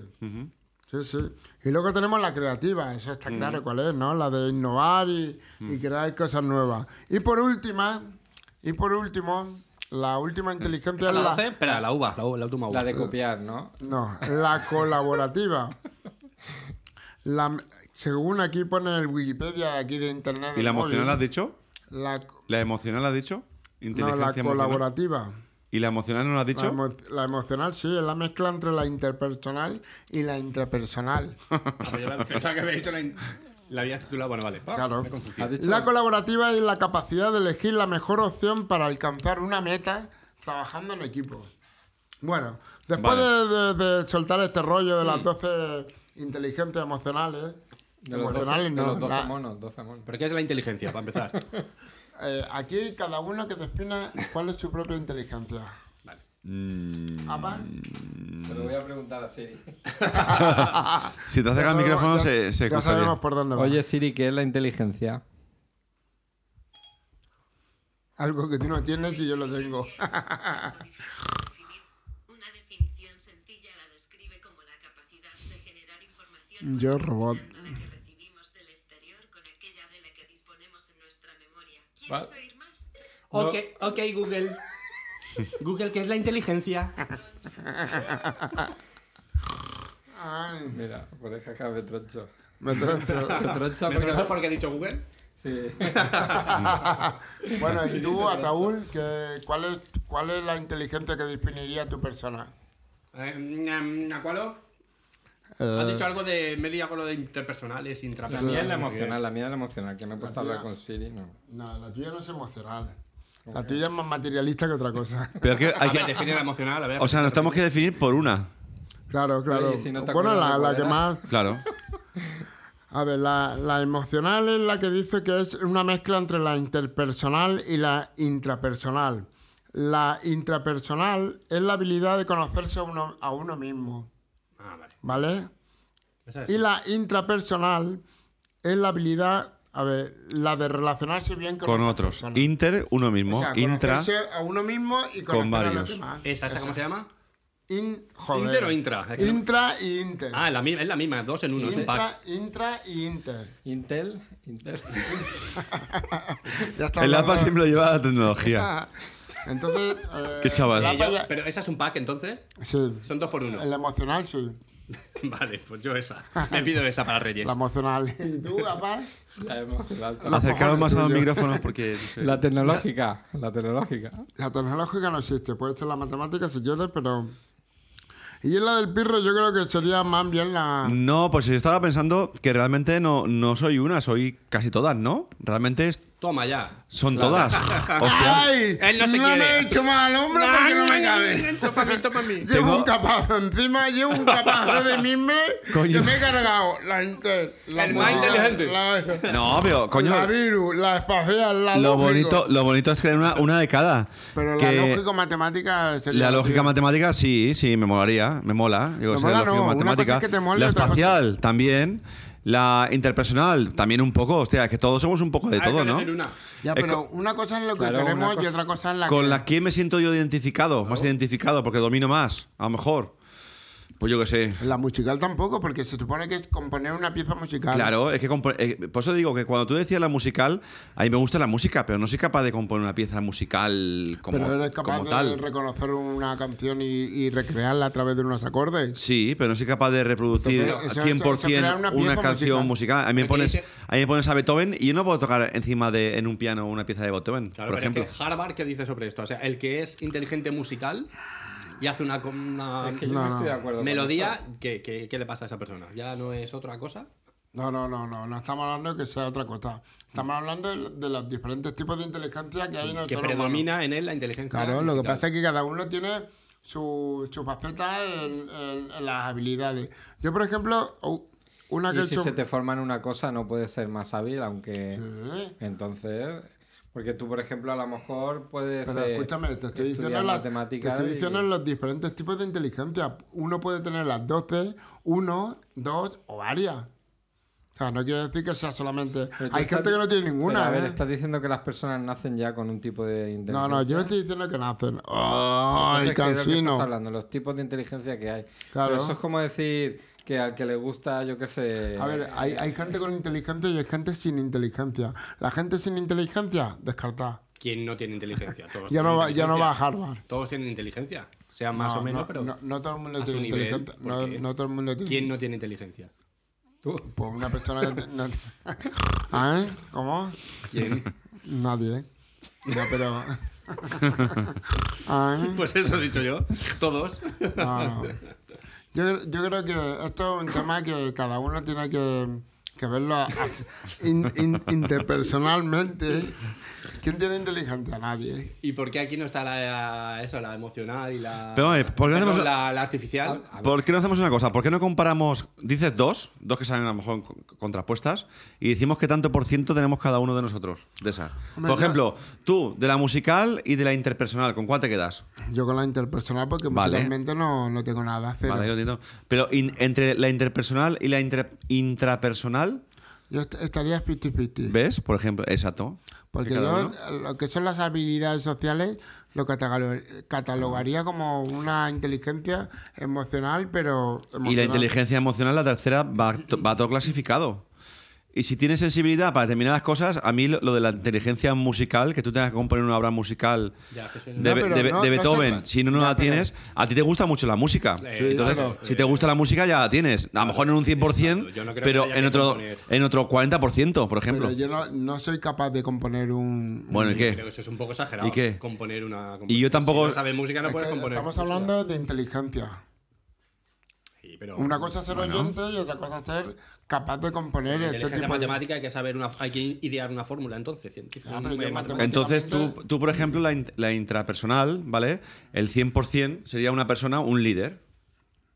[SPEAKER 2] Sí, sí. Y luego tenemos la creativa, eso está claro cuál es, ¿no? La de innovar y, y crear cosas nuevas. Y por última, y por último, la
[SPEAKER 3] Eh,
[SPEAKER 2] última inteligencia
[SPEAKER 4] ¿La
[SPEAKER 2] es la,
[SPEAKER 4] doce? Espera, la uva, la, u- la última uva.
[SPEAKER 1] La de copiar, ¿no?
[SPEAKER 2] no, la colaborativa. La, Según aquí pone el Wikipedia, aquí de internet.
[SPEAKER 3] ¿Y la
[SPEAKER 2] del
[SPEAKER 3] emocional la has
[SPEAKER 2] móvil,
[SPEAKER 3] dicho?
[SPEAKER 2] la,
[SPEAKER 3] ¿La emocional la has dicho?
[SPEAKER 2] no, la
[SPEAKER 3] Inteligencia emocional.
[SPEAKER 2] colaborativa.
[SPEAKER 3] ¿Y la emocional no la has
[SPEAKER 2] La,
[SPEAKER 3] dicho?
[SPEAKER 2] emo- la emocional, sí, es la mezcla entre la interpersonal y la intrapersonal.
[SPEAKER 4] Pensaba que había dicho la, in- la habías titulado. Bueno, vale. Ah,
[SPEAKER 2] Claro.
[SPEAKER 4] Me he confundido.
[SPEAKER 1] ¿Has dicho
[SPEAKER 2] La colaborativa es la capacidad de elegir la mejor opción para alcanzar una meta trabajando en equipo. Bueno, después de, de- de soltar este rollo de
[SPEAKER 3] Mm.
[SPEAKER 2] las 12 inteligentes emocionales,
[SPEAKER 1] de los 12,
[SPEAKER 2] emocionales
[SPEAKER 1] de
[SPEAKER 2] Pues no,
[SPEAKER 1] los 12
[SPEAKER 2] la-
[SPEAKER 1] monos, 12 monos.
[SPEAKER 4] ¿Pero qué es la inteligencia, para empezar?
[SPEAKER 2] eh, aquí cada uno que defina cuál es su propia inteligencia.
[SPEAKER 4] Vale.
[SPEAKER 3] Mm,
[SPEAKER 2] ¿Apa?
[SPEAKER 1] Se lo voy a preguntar a Siri.
[SPEAKER 3] Si te acercas
[SPEAKER 2] Ya
[SPEAKER 3] al micrófono
[SPEAKER 2] sabemos-
[SPEAKER 3] se, se
[SPEAKER 2] ya- ya
[SPEAKER 3] escucha
[SPEAKER 2] sabemos
[SPEAKER 3] bien.
[SPEAKER 2] por dónde va.
[SPEAKER 1] Oye, Siri, ¿qué es la inteligencia?
[SPEAKER 2] Algo que tú no tienes y yo lo tengo.
[SPEAKER 5] definir. Una definición sencilla la describe como la capacidad de generar información
[SPEAKER 2] Yo, robot.
[SPEAKER 5] combinando la que recibimos del exterior con aquella de la que disponemos en nuestra memoria.
[SPEAKER 1] Va-
[SPEAKER 5] ¿Quieres oír más?
[SPEAKER 4] Ok, ok, Google. Google, ¿qué es la inteligencia?
[SPEAKER 2] Ay,
[SPEAKER 1] Mira, por eso acá me troncho.
[SPEAKER 2] me troncho.
[SPEAKER 1] Se troncha
[SPEAKER 4] ¿Me preguntas
[SPEAKER 1] porque...
[SPEAKER 4] por qué ha dicho Google?
[SPEAKER 1] Sí.
[SPEAKER 2] Bueno, y tú,
[SPEAKER 1] se
[SPEAKER 2] Ataúl, que, ¿cuál, es, ¿cuál es la inteligencia que definiría tu persona?
[SPEAKER 4] Eh, ¿Acualo? Has dicho algo de media con lo de interpersonales,
[SPEAKER 1] La
[SPEAKER 4] intrapersonales.
[SPEAKER 1] mía es la
[SPEAKER 4] no sé
[SPEAKER 1] emocional, la mía es la emocional, que me he puesto a hablar
[SPEAKER 2] tía-
[SPEAKER 1] con Siri, no.
[SPEAKER 2] No, la tuya no es emocional. La tuya es más materialista que otra cosa.
[SPEAKER 3] Pero es que
[SPEAKER 4] qué.
[SPEAKER 3] hay
[SPEAKER 4] Ah, A ver,
[SPEAKER 3] que-
[SPEAKER 4] define la emocional, a ver.
[SPEAKER 3] o sea, nos tenemos que definir por una.
[SPEAKER 2] Claro, claro.
[SPEAKER 1] Oye, si no te
[SPEAKER 2] bueno,
[SPEAKER 1] acuerdas
[SPEAKER 2] la,
[SPEAKER 1] de
[SPEAKER 2] la
[SPEAKER 1] cuál
[SPEAKER 2] que
[SPEAKER 1] era.
[SPEAKER 2] más...
[SPEAKER 3] Claro.
[SPEAKER 2] A ver, la, la emocional es la que dice que es una mezcla entre la interpersonal y la intrapersonal. La intrapersonal es la habilidad de conocerse a uno, a uno mismo,
[SPEAKER 4] Ah, vale.
[SPEAKER 2] ¿vale?
[SPEAKER 4] Esa es.
[SPEAKER 2] Y la intrapersonal es la habilidad, a ver, la de relacionarse bien con,
[SPEAKER 3] Con
[SPEAKER 2] otra
[SPEAKER 3] otros.
[SPEAKER 2] persona.
[SPEAKER 3] Inter, uno mismo.
[SPEAKER 2] O sea,
[SPEAKER 3] Intra.
[SPEAKER 2] conocerse a uno mismo y
[SPEAKER 3] con
[SPEAKER 2] conocer a los
[SPEAKER 3] varios.
[SPEAKER 2] demás.
[SPEAKER 4] ¿Esa, esa cómo se llama?
[SPEAKER 2] In- joder.
[SPEAKER 4] ¿Inter o intra? Es que no-
[SPEAKER 2] Intra y inter.
[SPEAKER 4] Ah, la mi- es la misma, dos en uno, es un pack.
[SPEAKER 2] intra, intra y inter.
[SPEAKER 1] Intel, Intel.
[SPEAKER 2] Ya está
[SPEAKER 3] El APA
[SPEAKER 2] hablando-
[SPEAKER 3] siempre lo lleva la tecnología.
[SPEAKER 2] Ah, Entonces. eh,
[SPEAKER 3] Qué chaval.
[SPEAKER 2] la
[SPEAKER 4] Y yo-
[SPEAKER 2] paya-
[SPEAKER 4] pero esa es un pack entonces,
[SPEAKER 2] Sí.
[SPEAKER 4] son dos por uno.
[SPEAKER 2] El emocional, sí.
[SPEAKER 4] Vale, pues yo esa. Me pido esa para Reyes.
[SPEAKER 2] La emocional. ¿Y tú, capaz?
[SPEAKER 1] La emocional.
[SPEAKER 3] Acercaros más a los
[SPEAKER 2] Yo-
[SPEAKER 3] micrófonos porque. no sé.
[SPEAKER 1] La tecnológica, la tecnológica.
[SPEAKER 2] La tecnológica no existe. Puede ser la matemática si quieres, pero. Y en la del pirro, yo creo que sería más bien la.
[SPEAKER 3] No, pues yo estaba pensando que realmente no, no soy una, soy casi todas, ¿no? Realmente es-
[SPEAKER 4] Toma ya.
[SPEAKER 3] son todas. Hostia.
[SPEAKER 2] ¡Ay!
[SPEAKER 4] Él no se
[SPEAKER 2] me
[SPEAKER 4] quiere.
[SPEAKER 2] he hecho mal, hombre, porque no me cabe.
[SPEAKER 4] Toma mí, toma mí.
[SPEAKER 2] Llevo
[SPEAKER 3] Tengo-
[SPEAKER 2] un capazo encima, llevo un capazo de mimbre que
[SPEAKER 3] Coño.
[SPEAKER 2] me he cargado. La inter, la
[SPEAKER 4] El más
[SPEAKER 2] emocional,
[SPEAKER 4] inteligente.
[SPEAKER 2] La,
[SPEAKER 3] No, pero coño.
[SPEAKER 2] la virus, la espacial, la
[SPEAKER 3] Lo
[SPEAKER 2] lógico.
[SPEAKER 3] bonito, lo bonito es que una, una de cada.
[SPEAKER 2] Pero
[SPEAKER 3] Que-
[SPEAKER 2] la lógico-matemática sería...
[SPEAKER 3] La
[SPEAKER 2] lo
[SPEAKER 3] lógica
[SPEAKER 2] que-
[SPEAKER 3] matemática sí, sí, me molaría, me mola. Digo,
[SPEAKER 2] Me
[SPEAKER 3] ser
[SPEAKER 2] mola,
[SPEAKER 3] lógico
[SPEAKER 2] no, una
[SPEAKER 3] matemática.
[SPEAKER 2] cosa es que te mole,
[SPEAKER 3] la
[SPEAKER 2] otra cosa-
[SPEAKER 3] espacial también. La interpersonal también un poco. Hostia, es que todos somos un poco de
[SPEAKER 4] Hay que
[SPEAKER 3] todo, Ah, ¿no?
[SPEAKER 4] elegir una.
[SPEAKER 2] Ya,
[SPEAKER 3] Es
[SPEAKER 2] pero una cosa es lo que
[SPEAKER 1] Claro, una
[SPEAKER 2] queremos y
[SPEAKER 1] cosa-
[SPEAKER 2] otra cosa es la que...
[SPEAKER 3] Con la que me siento yo identificado, más identificado, porque domino más, a lo mejor. Pues yo qué sé.
[SPEAKER 2] La musical tampoco, porque se supone que es componer una pieza musical.
[SPEAKER 3] Claro, es que compo- eh, por eso digo que cuando tú decías la musical, a mí me gusta la música, pero no soy capaz de componer una pieza musical como,
[SPEAKER 2] Pero eres capaz
[SPEAKER 3] como
[SPEAKER 2] de
[SPEAKER 3] tal.
[SPEAKER 2] reconocer una canción y, y recrearla a través de unos acordes.
[SPEAKER 3] Sí, pero no soy capaz de reproducir
[SPEAKER 2] Pero eso-
[SPEAKER 3] al 100%
[SPEAKER 2] eso- eso crea una
[SPEAKER 3] una,
[SPEAKER 2] pieza
[SPEAKER 3] canción
[SPEAKER 2] musical.
[SPEAKER 3] musical. A, mí me
[SPEAKER 4] Aquí
[SPEAKER 3] pones,
[SPEAKER 4] dice-
[SPEAKER 3] a mí me pones a Beethoven y yo no puedo tocar encima de en un piano una pieza de Beethoven,
[SPEAKER 4] Claro,
[SPEAKER 3] por
[SPEAKER 4] pero es
[SPEAKER 3] ejemplo.
[SPEAKER 4] que Harvard, ¿qué dice sobre esto? O sea, el que es inteligente musical y hace una, com- una
[SPEAKER 1] Es que yo no,
[SPEAKER 2] no.
[SPEAKER 1] estoy de acuerdo. con
[SPEAKER 4] melodía, ¿qué, qué, qué le pasa a esa persona? ¿Ya no es otra cosa?
[SPEAKER 2] No, no, no, no. No estamos hablando de que sea otra cosa. Estamos hablando de, de los diferentes tipos de inteligencia que hay en el
[SPEAKER 4] Que
[SPEAKER 2] ser humano.
[SPEAKER 4] predomina en él la inteligencia.
[SPEAKER 2] Claro, lo que
[SPEAKER 4] musical.
[SPEAKER 2] pasa es que cada uno tiene su, su faceta en, en- en las habilidades. Yo, por ejemplo, u- una
[SPEAKER 1] eso.
[SPEAKER 2] que he
[SPEAKER 1] Y si
[SPEAKER 2] hecho-
[SPEAKER 1] se te forma en una cosa, no puedes ser más hábil, aunque.
[SPEAKER 2] Sí,
[SPEAKER 1] Entonces. Porque tú, por ejemplo, a lo mejor puedes.
[SPEAKER 2] Pero
[SPEAKER 1] eh,
[SPEAKER 2] escúchame, te estoy diciendo,
[SPEAKER 1] estudiar
[SPEAKER 2] las,
[SPEAKER 1] matemáticas
[SPEAKER 2] te estoy diciendo
[SPEAKER 1] y-
[SPEAKER 2] los diferentes tipos de inteligencia. Uno puede tener las 12, uno, dos o varias. O sea, no quiere decir que sea solamente...
[SPEAKER 1] Pero tú
[SPEAKER 2] Hay
[SPEAKER 1] estás
[SPEAKER 2] gente que no
[SPEAKER 1] di-
[SPEAKER 2] tiene ninguna.
[SPEAKER 1] Pero, a ver,
[SPEAKER 2] ¿eh?
[SPEAKER 1] estás diciendo que las personas nacen ya con un tipo de inteligencia.
[SPEAKER 2] No, no, yo no estoy diciendo que nacen. ¡Ay,
[SPEAKER 1] Entonces, ¿qué es lo que
[SPEAKER 2] cansino!
[SPEAKER 1] estás hablando, los tipos de inteligencia que hay.
[SPEAKER 2] Claro.
[SPEAKER 1] Pero eso es como decir que al que le gusta, yo qué sé. eh,
[SPEAKER 2] A ver, hay, hay gente con inteligencia y hay gente sin inteligencia. La gente sin inteligencia, descartada.
[SPEAKER 4] ¿Quién no tiene inteligencia? Todos
[SPEAKER 2] Ya no, va,
[SPEAKER 4] tienen
[SPEAKER 2] ya no va a
[SPEAKER 4] Pues inteligencia.
[SPEAKER 2] Harvard.
[SPEAKER 4] Todos tienen inteligencia, sea más
[SPEAKER 2] No,
[SPEAKER 4] o menos,
[SPEAKER 2] no,
[SPEAKER 4] pero
[SPEAKER 2] no, no todo el mundo
[SPEAKER 4] a su
[SPEAKER 2] tiene
[SPEAKER 4] nivel.
[SPEAKER 2] inteligencia.
[SPEAKER 4] ¿por
[SPEAKER 2] No,
[SPEAKER 4] qué?
[SPEAKER 2] no todo el mundo tiene
[SPEAKER 4] ¿Quién no tiene inteligencia?
[SPEAKER 1] Tú.
[SPEAKER 2] Pues una persona que... te- no te- ¿Ah, eh? ¿Cómo?
[SPEAKER 4] ¿Quién?
[SPEAKER 2] Nadie. No, pero... ¿Ah, eh?
[SPEAKER 4] Pues eso he dicho yo. Todos.
[SPEAKER 2] No, no. Yo, yo creo que esto es un tema que cada uno tiene que, que verlo a- a- in- in- interpersonalmente. ¿Quién tiene inteligente? A nadie.
[SPEAKER 4] ¿Y por qué aquí no está la, eso, la emocional y la.
[SPEAKER 3] Pero, oye, ¿por qué no
[SPEAKER 4] Perdón,
[SPEAKER 3] hacemos-
[SPEAKER 4] la, la artificial?
[SPEAKER 3] ¿Por qué no hacemos una cosa? ¿Por qué no comparamos, dices dos, dos que salen a lo mejor co- contrapuestas, y decimos qué tanto por ciento tenemos cada uno de nosotros de esas?
[SPEAKER 2] Hombre,
[SPEAKER 3] Por ejemplo, tú, de la musical y de la interpersonal, ¿con cuál te quedas?
[SPEAKER 2] Yo con la interpersonal porque
[SPEAKER 3] Vale.
[SPEAKER 2] musicalmente no, no tengo nada. cero.
[SPEAKER 3] Vale, yo entiendo. Pero in- entre la interpersonal y la intra- intrapersonal,
[SPEAKER 2] Yo est- estaría 50-50.
[SPEAKER 3] ¿ves? Por ejemplo, exacto.
[SPEAKER 2] Porque
[SPEAKER 3] Que cada
[SPEAKER 2] yo
[SPEAKER 3] uno-
[SPEAKER 2] lo que son las habilidades sociales lo catalogar- catalogaría como una inteligencia emocional, pero...
[SPEAKER 3] Y la
[SPEAKER 2] emocional.
[SPEAKER 3] inteligencia emocional, la tercera, va, to- va todo clasificado. Y si tienes sensibilidad para determinadas cosas, a mí lo, lo de la inteligencia musical, que tú tengas que componer una obra musical
[SPEAKER 4] Ya, que soy-
[SPEAKER 3] de,
[SPEAKER 2] No,
[SPEAKER 3] Be-
[SPEAKER 2] pero
[SPEAKER 3] de Be-
[SPEAKER 2] no-
[SPEAKER 3] de
[SPEAKER 2] no
[SPEAKER 3] Beethoven,
[SPEAKER 2] siempre.
[SPEAKER 3] si no, no
[SPEAKER 2] Ya,
[SPEAKER 3] la
[SPEAKER 2] pero-
[SPEAKER 3] tienes, a ti te gusta mucho la música. Entonces,
[SPEAKER 2] claro.
[SPEAKER 3] si te gusta la música, ya la tienes. A lo mejor en un 100%,
[SPEAKER 4] Yo no creo que
[SPEAKER 3] pero
[SPEAKER 4] haya
[SPEAKER 3] en
[SPEAKER 4] que
[SPEAKER 3] otro,
[SPEAKER 4] componer.
[SPEAKER 3] en otro 40%, por ejemplo.
[SPEAKER 2] Pero yo no, no soy capaz de componer un...
[SPEAKER 3] Bueno, ¿y
[SPEAKER 4] Creo que
[SPEAKER 3] qué?
[SPEAKER 4] eso es un poco exagerado.
[SPEAKER 3] ¿Y qué?
[SPEAKER 4] Componer una.
[SPEAKER 3] Y yo tampoco-
[SPEAKER 4] Si no sabes música, no
[SPEAKER 2] Es
[SPEAKER 4] puedes
[SPEAKER 2] que
[SPEAKER 4] componer.
[SPEAKER 2] Este, Estamos
[SPEAKER 4] música.
[SPEAKER 2] hablando de inteligencia.
[SPEAKER 4] Sí, pero
[SPEAKER 2] Una cosa es ser oyente y otra cosa es ser capaz de componer ese
[SPEAKER 4] inteligencia
[SPEAKER 2] tipo de...
[SPEAKER 4] matemática hay que saber una, hay que idear una fórmula entonces científica.
[SPEAKER 2] Ah, pero yo
[SPEAKER 4] Eh,
[SPEAKER 2] matemática-
[SPEAKER 3] Entonces, tú,
[SPEAKER 2] Prácticamente-
[SPEAKER 3] tú, por ejemplo, la, in- la intrapersonal, ¿vale? El 100% sería una persona, un líder.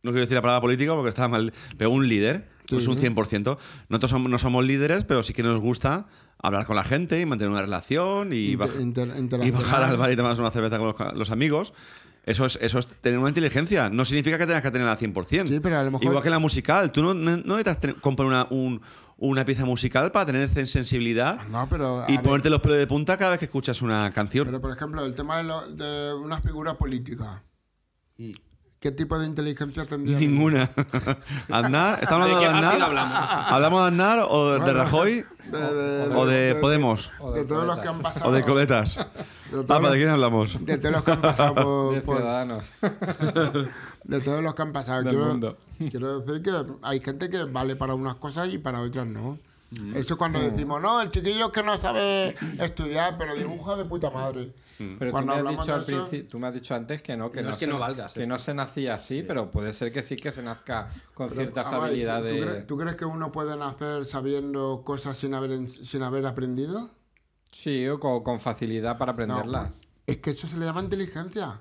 [SPEAKER 3] No quiero decir la palabra política porque está mal, pero un líder
[SPEAKER 2] Sí,
[SPEAKER 3] es un
[SPEAKER 2] sí.
[SPEAKER 3] 100%. Nosotros som- no somos líderes, pero sí que nos gusta hablar con la gente y mantener una relación y,
[SPEAKER 2] Inter-
[SPEAKER 3] baj-
[SPEAKER 2] inter-
[SPEAKER 3] y
[SPEAKER 2] interaccionar.
[SPEAKER 3] bajar al bar y tomarse una cerveza con los, ca- los amigos. Eso es, eso es tener una inteligencia. No significa que tengas que tenerla al 100%.
[SPEAKER 2] Sí, pero a lo mejor-
[SPEAKER 3] Igual que la musical. Tú no, no- no necesitas tener- comprar una, un- una pieza musical para tener sen- sensibilidad
[SPEAKER 2] No, pero... a
[SPEAKER 3] y
[SPEAKER 2] ver,
[SPEAKER 3] ponerte los pelos de punta cada vez que escuchas una canción.
[SPEAKER 2] Pero, por ejemplo, el tema de, lo- de una figura política. ¿Qué tipo de inteligencia tendría?
[SPEAKER 3] Ninguna. Aznar, ¿está hablando
[SPEAKER 4] ¿De
[SPEAKER 3] de
[SPEAKER 4] qué
[SPEAKER 3] Aznar?
[SPEAKER 4] partido hablamos?
[SPEAKER 3] ¿Hablamos de Aznar o de Rajoy?
[SPEAKER 2] De, de-
[SPEAKER 3] ¿O de Podemos?
[SPEAKER 1] O
[SPEAKER 2] de
[SPEAKER 1] de
[SPEAKER 2] todos los que
[SPEAKER 1] coletas.
[SPEAKER 2] han pasado.
[SPEAKER 3] ¿O de Ah, Coletas?
[SPEAKER 2] todos
[SPEAKER 3] Papa,
[SPEAKER 2] los-
[SPEAKER 3] ¿de quién hablamos?
[SPEAKER 2] de todos los que han pasado por-
[SPEAKER 1] De
[SPEAKER 2] por,
[SPEAKER 1] ciudadanos.
[SPEAKER 2] De todos los que han pasado.
[SPEAKER 1] Del
[SPEAKER 2] quiero,
[SPEAKER 1] mundo.
[SPEAKER 2] quiero decir que hay gente que vale para unas cosas y para otras no.
[SPEAKER 1] Mm.
[SPEAKER 2] Eso es cuando decimos, no, el chiquillo es que no sabe estudiar, pero dibuja de puta madre.
[SPEAKER 4] Mm.
[SPEAKER 1] Pero tú
[SPEAKER 2] Cuando
[SPEAKER 1] me, has
[SPEAKER 2] hablamos
[SPEAKER 1] dicho al
[SPEAKER 2] de eso-
[SPEAKER 1] principio- tú me has dicho antes que no, que
[SPEAKER 4] No
[SPEAKER 1] no,
[SPEAKER 4] es que
[SPEAKER 1] se,
[SPEAKER 4] no valgas
[SPEAKER 1] que
[SPEAKER 4] esto.
[SPEAKER 1] no se nacía así, pero puede ser que sí que se nazca con ciertas
[SPEAKER 2] Amai, ah, ¿tú-
[SPEAKER 1] habilidades.
[SPEAKER 2] ¿tú, crees, tú crees que uno puede nacer sabiendo cosas sin haber, en- sin haber aprendido?
[SPEAKER 1] Sí, o con, con facilidad para aprenderlas.
[SPEAKER 2] Es que eso se le llama inteligencia.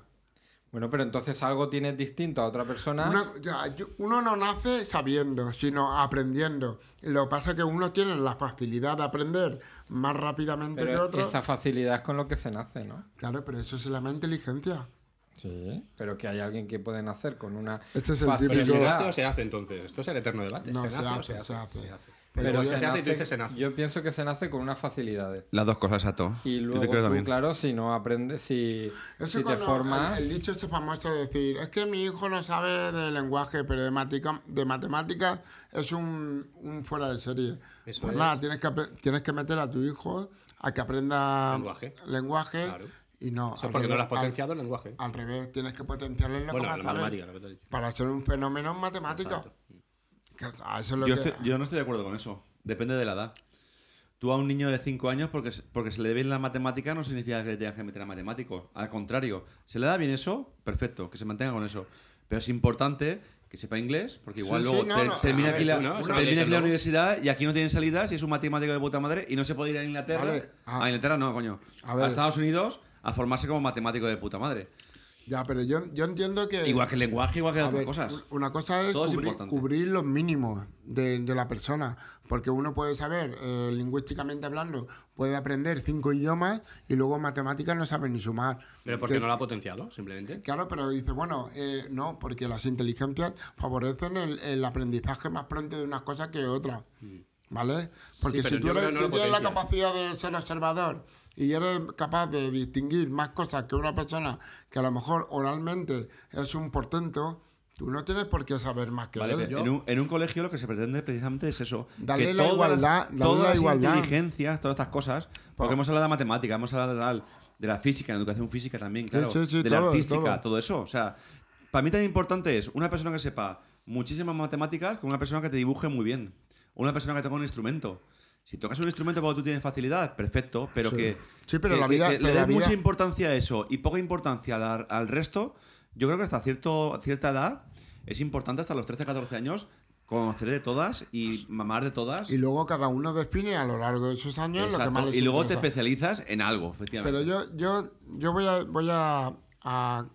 [SPEAKER 1] Bueno, pero entonces algo tienes distinto a otra persona.
[SPEAKER 2] Una- ya, yo- uno no nace sabiendo, sino aprendiendo. Lo que pasa es que uno tiene la facilidad de aprender más rápidamente que
[SPEAKER 1] Pero
[SPEAKER 2] otro.
[SPEAKER 1] esa facilidad es con lo que se nace, ¿no?
[SPEAKER 2] Claro, pero eso se llama inteligencia.
[SPEAKER 1] Sí. Pero que hay alguien que puede nacer con una
[SPEAKER 2] Este es el
[SPEAKER 4] Pero se
[SPEAKER 2] Digo-
[SPEAKER 4] nace o se hace entonces. Esto es el eterno debate.
[SPEAKER 2] No,
[SPEAKER 4] se,
[SPEAKER 2] se
[SPEAKER 4] nace
[SPEAKER 2] hace,
[SPEAKER 4] o se hace.
[SPEAKER 2] se hace.
[SPEAKER 4] se hace.
[SPEAKER 1] Pero
[SPEAKER 4] Pero
[SPEAKER 1] se
[SPEAKER 4] se hace y tú
[SPEAKER 1] nace-
[SPEAKER 4] dices se nace.
[SPEAKER 1] Yo pienso que se nace con unas facilidades.
[SPEAKER 3] Las dos cosas, exacto.
[SPEAKER 1] Y
[SPEAKER 3] Yo
[SPEAKER 1] luego,
[SPEAKER 3] te creo
[SPEAKER 1] tú,
[SPEAKER 3] también.
[SPEAKER 1] claro, si no aprendes, si,
[SPEAKER 2] Eso
[SPEAKER 1] si te
[SPEAKER 2] cuando
[SPEAKER 1] formas.
[SPEAKER 2] El, el dicho ese famoso de decir, es que mi hijo no sabe de lenguaje, pero de, matica- de matemáticas es un, un fuera de serie.
[SPEAKER 4] Eso
[SPEAKER 2] pues
[SPEAKER 4] es.
[SPEAKER 2] nada, tienes que, apre- tienes que meter a tu hijo a que aprenda
[SPEAKER 4] Lenguaje.
[SPEAKER 2] lenguaje,
[SPEAKER 4] Claro.
[SPEAKER 2] y no.
[SPEAKER 4] Eso
[SPEAKER 2] al
[SPEAKER 4] es porque no
[SPEAKER 2] revés,
[SPEAKER 4] lo has potenciado el lenguaje.
[SPEAKER 2] Al, al revés, tienes que potenciarle lo que
[SPEAKER 4] Bueno,
[SPEAKER 2] más
[SPEAKER 4] la
[SPEAKER 2] sabe
[SPEAKER 4] matemática, lo que te he dicho.
[SPEAKER 2] para ser un fenómeno matemático. Que a eso es lo
[SPEAKER 3] Yo,
[SPEAKER 2] que-
[SPEAKER 3] estoy- yo no estoy de acuerdo con eso. Depende de la edad. Tú a un niño de 5 años, porque, se- porque se le dé bien la matemática, no significa que le tengas que meter a matemáticos. Al contrario, se le da bien eso, perfecto, que se mantenga con eso. Pero es importante que sepa inglés, porque igual
[SPEAKER 2] Sí, sí,
[SPEAKER 3] luego
[SPEAKER 2] no,
[SPEAKER 3] ter-
[SPEAKER 2] no,
[SPEAKER 3] termina
[SPEAKER 2] a ver,
[SPEAKER 3] aquí, la,
[SPEAKER 4] tú no, eso
[SPEAKER 3] termina
[SPEAKER 4] lo dices
[SPEAKER 3] aquí la
[SPEAKER 4] luego.
[SPEAKER 3] universidad y aquí no tienen salidas y es un matemático de puta madre y no se puede ir a Inglaterra.
[SPEAKER 2] A ver, a-
[SPEAKER 3] a, Inglaterra no, coño.
[SPEAKER 2] ah. A
[SPEAKER 3] A,
[SPEAKER 2] ver.
[SPEAKER 3] Estados Unidos a formarse como matemático de puta madre.
[SPEAKER 2] Ya, pero yo, yo entiendo que...
[SPEAKER 3] Igual que el lenguaje, igual que
[SPEAKER 2] A
[SPEAKER 3] otras
[SPEAKER 2] ver,
[SPEAKER 3] cosas.
[SPEAKER 2] u- Una cosa es
[SPEAKER 3] Todo es
[SPEAKER 2] cubrir,
[SPEAKER 3] importante.
[SPEAKER 2] cubrir los mínimos de, de la persona, porque uno puede saber, eh, lingüísticamente hablando, puede aprender cinco idiomas y luego matemáticas no sabe ni sumar.
[SPEAKER 4] Pero porque
[SPEAKER 2] Que-
[SPEAKER 4] no lo ha potenciado, simplemente.
[SPEAKER 2] Claro, pero dice, bueno, eh, no, porque las inteligencias favorecen el, el aprendizaje más pronto de unas cosas que de otras.
[SPEAKER 3] Mm.
[SPEAKER 2] ¿Vale? Porque
[SPEAKER 4] pero
[SPEAKER 2] si tú,
[SPEAKER 4] yo
[SPEAKER 2] eres-
[SPEAKER 4] creo que no
[SPEAKER 2] tú
[SPEAKER 4] lo
[SPEAKER 2] tienes la
[SPEAKER 4] potencias.
[SPEAKER 2] capacidad de ser observador y eres capaz de distinguir más cosas que una persona que a lo mejor oralmente es un portento, tú no tienes por qué saber más que
[SPEAKER 3] Vale,
[SPEAKER 2] él.
[SPEAKER 3] pero en, un, en un colegio lo que se pretende precisamente es eso.
[SPEAKER 2] Dale
[SPEAKER 3] que
[SPEAKER 2] la
[SPEAKER 3] todas las-
[SPEAKER 2] igualdad, dale
[SPEAKER 3] todas
[SPEAKER 2] la
[SPEAKER 3] las
[SPEAKER 2] igualdad.
[SPEAKER 3] inteligencias, todas estas cosas. Porque hemos hablado de matemática, hemos hablado de tal, de la física, de la educación física también, claro.
[SPEAKER 2] sí, sí,
[SPEAKER 3] de la
[SPEAKER 2] todo,
[SPEAKER 3] artística,
[SPEAKER 2] todo.
[SPEAKER 3] todo. eso. O sea, para mí tan importante es una persona que sepa muchísimas matemáticas con una persona que te dibuje muy bien. Una persona que toca un instrumento. Si tocas un instrumento porque tú tienes facilidad, perfecto, pero
[SPEAKER 2] Sí.
[SPEAKER 3] que,
[SPEAKER 2] Sí, pero
[SPEAKER 3] que-
[SPEAKER 2] la
[SPEAKER 3] que-
[SPEAKER 2] vida-
[SPEAKER 3] que
[SPEAKER 2] pero
[SPEAKER 3] le
[SPEAKER 2] la
[SPEAKER 3] des mucha
[SPEAKER 2] vida-
[SPEAKER 3] importancia a eso y poca importancia al, al resto, yo creo que hasta cierto, cierta edad es importante, hasta los 13, 14 años, conocer de todas y mamar de todas.
[SPEAKER 2] Y luego cada uno define a lo largo de sus años lo que
[SPEAKER 3] Exacto.
[SPEAKER 2] más les
[SPEAKER 3] Y luego te
[SPEAKER 2] interesa.
[SPEAKER 3] especializas en algo, efectivamente.
[SPEAKER 2] Pero yo, yo, yo voy a voy a, a-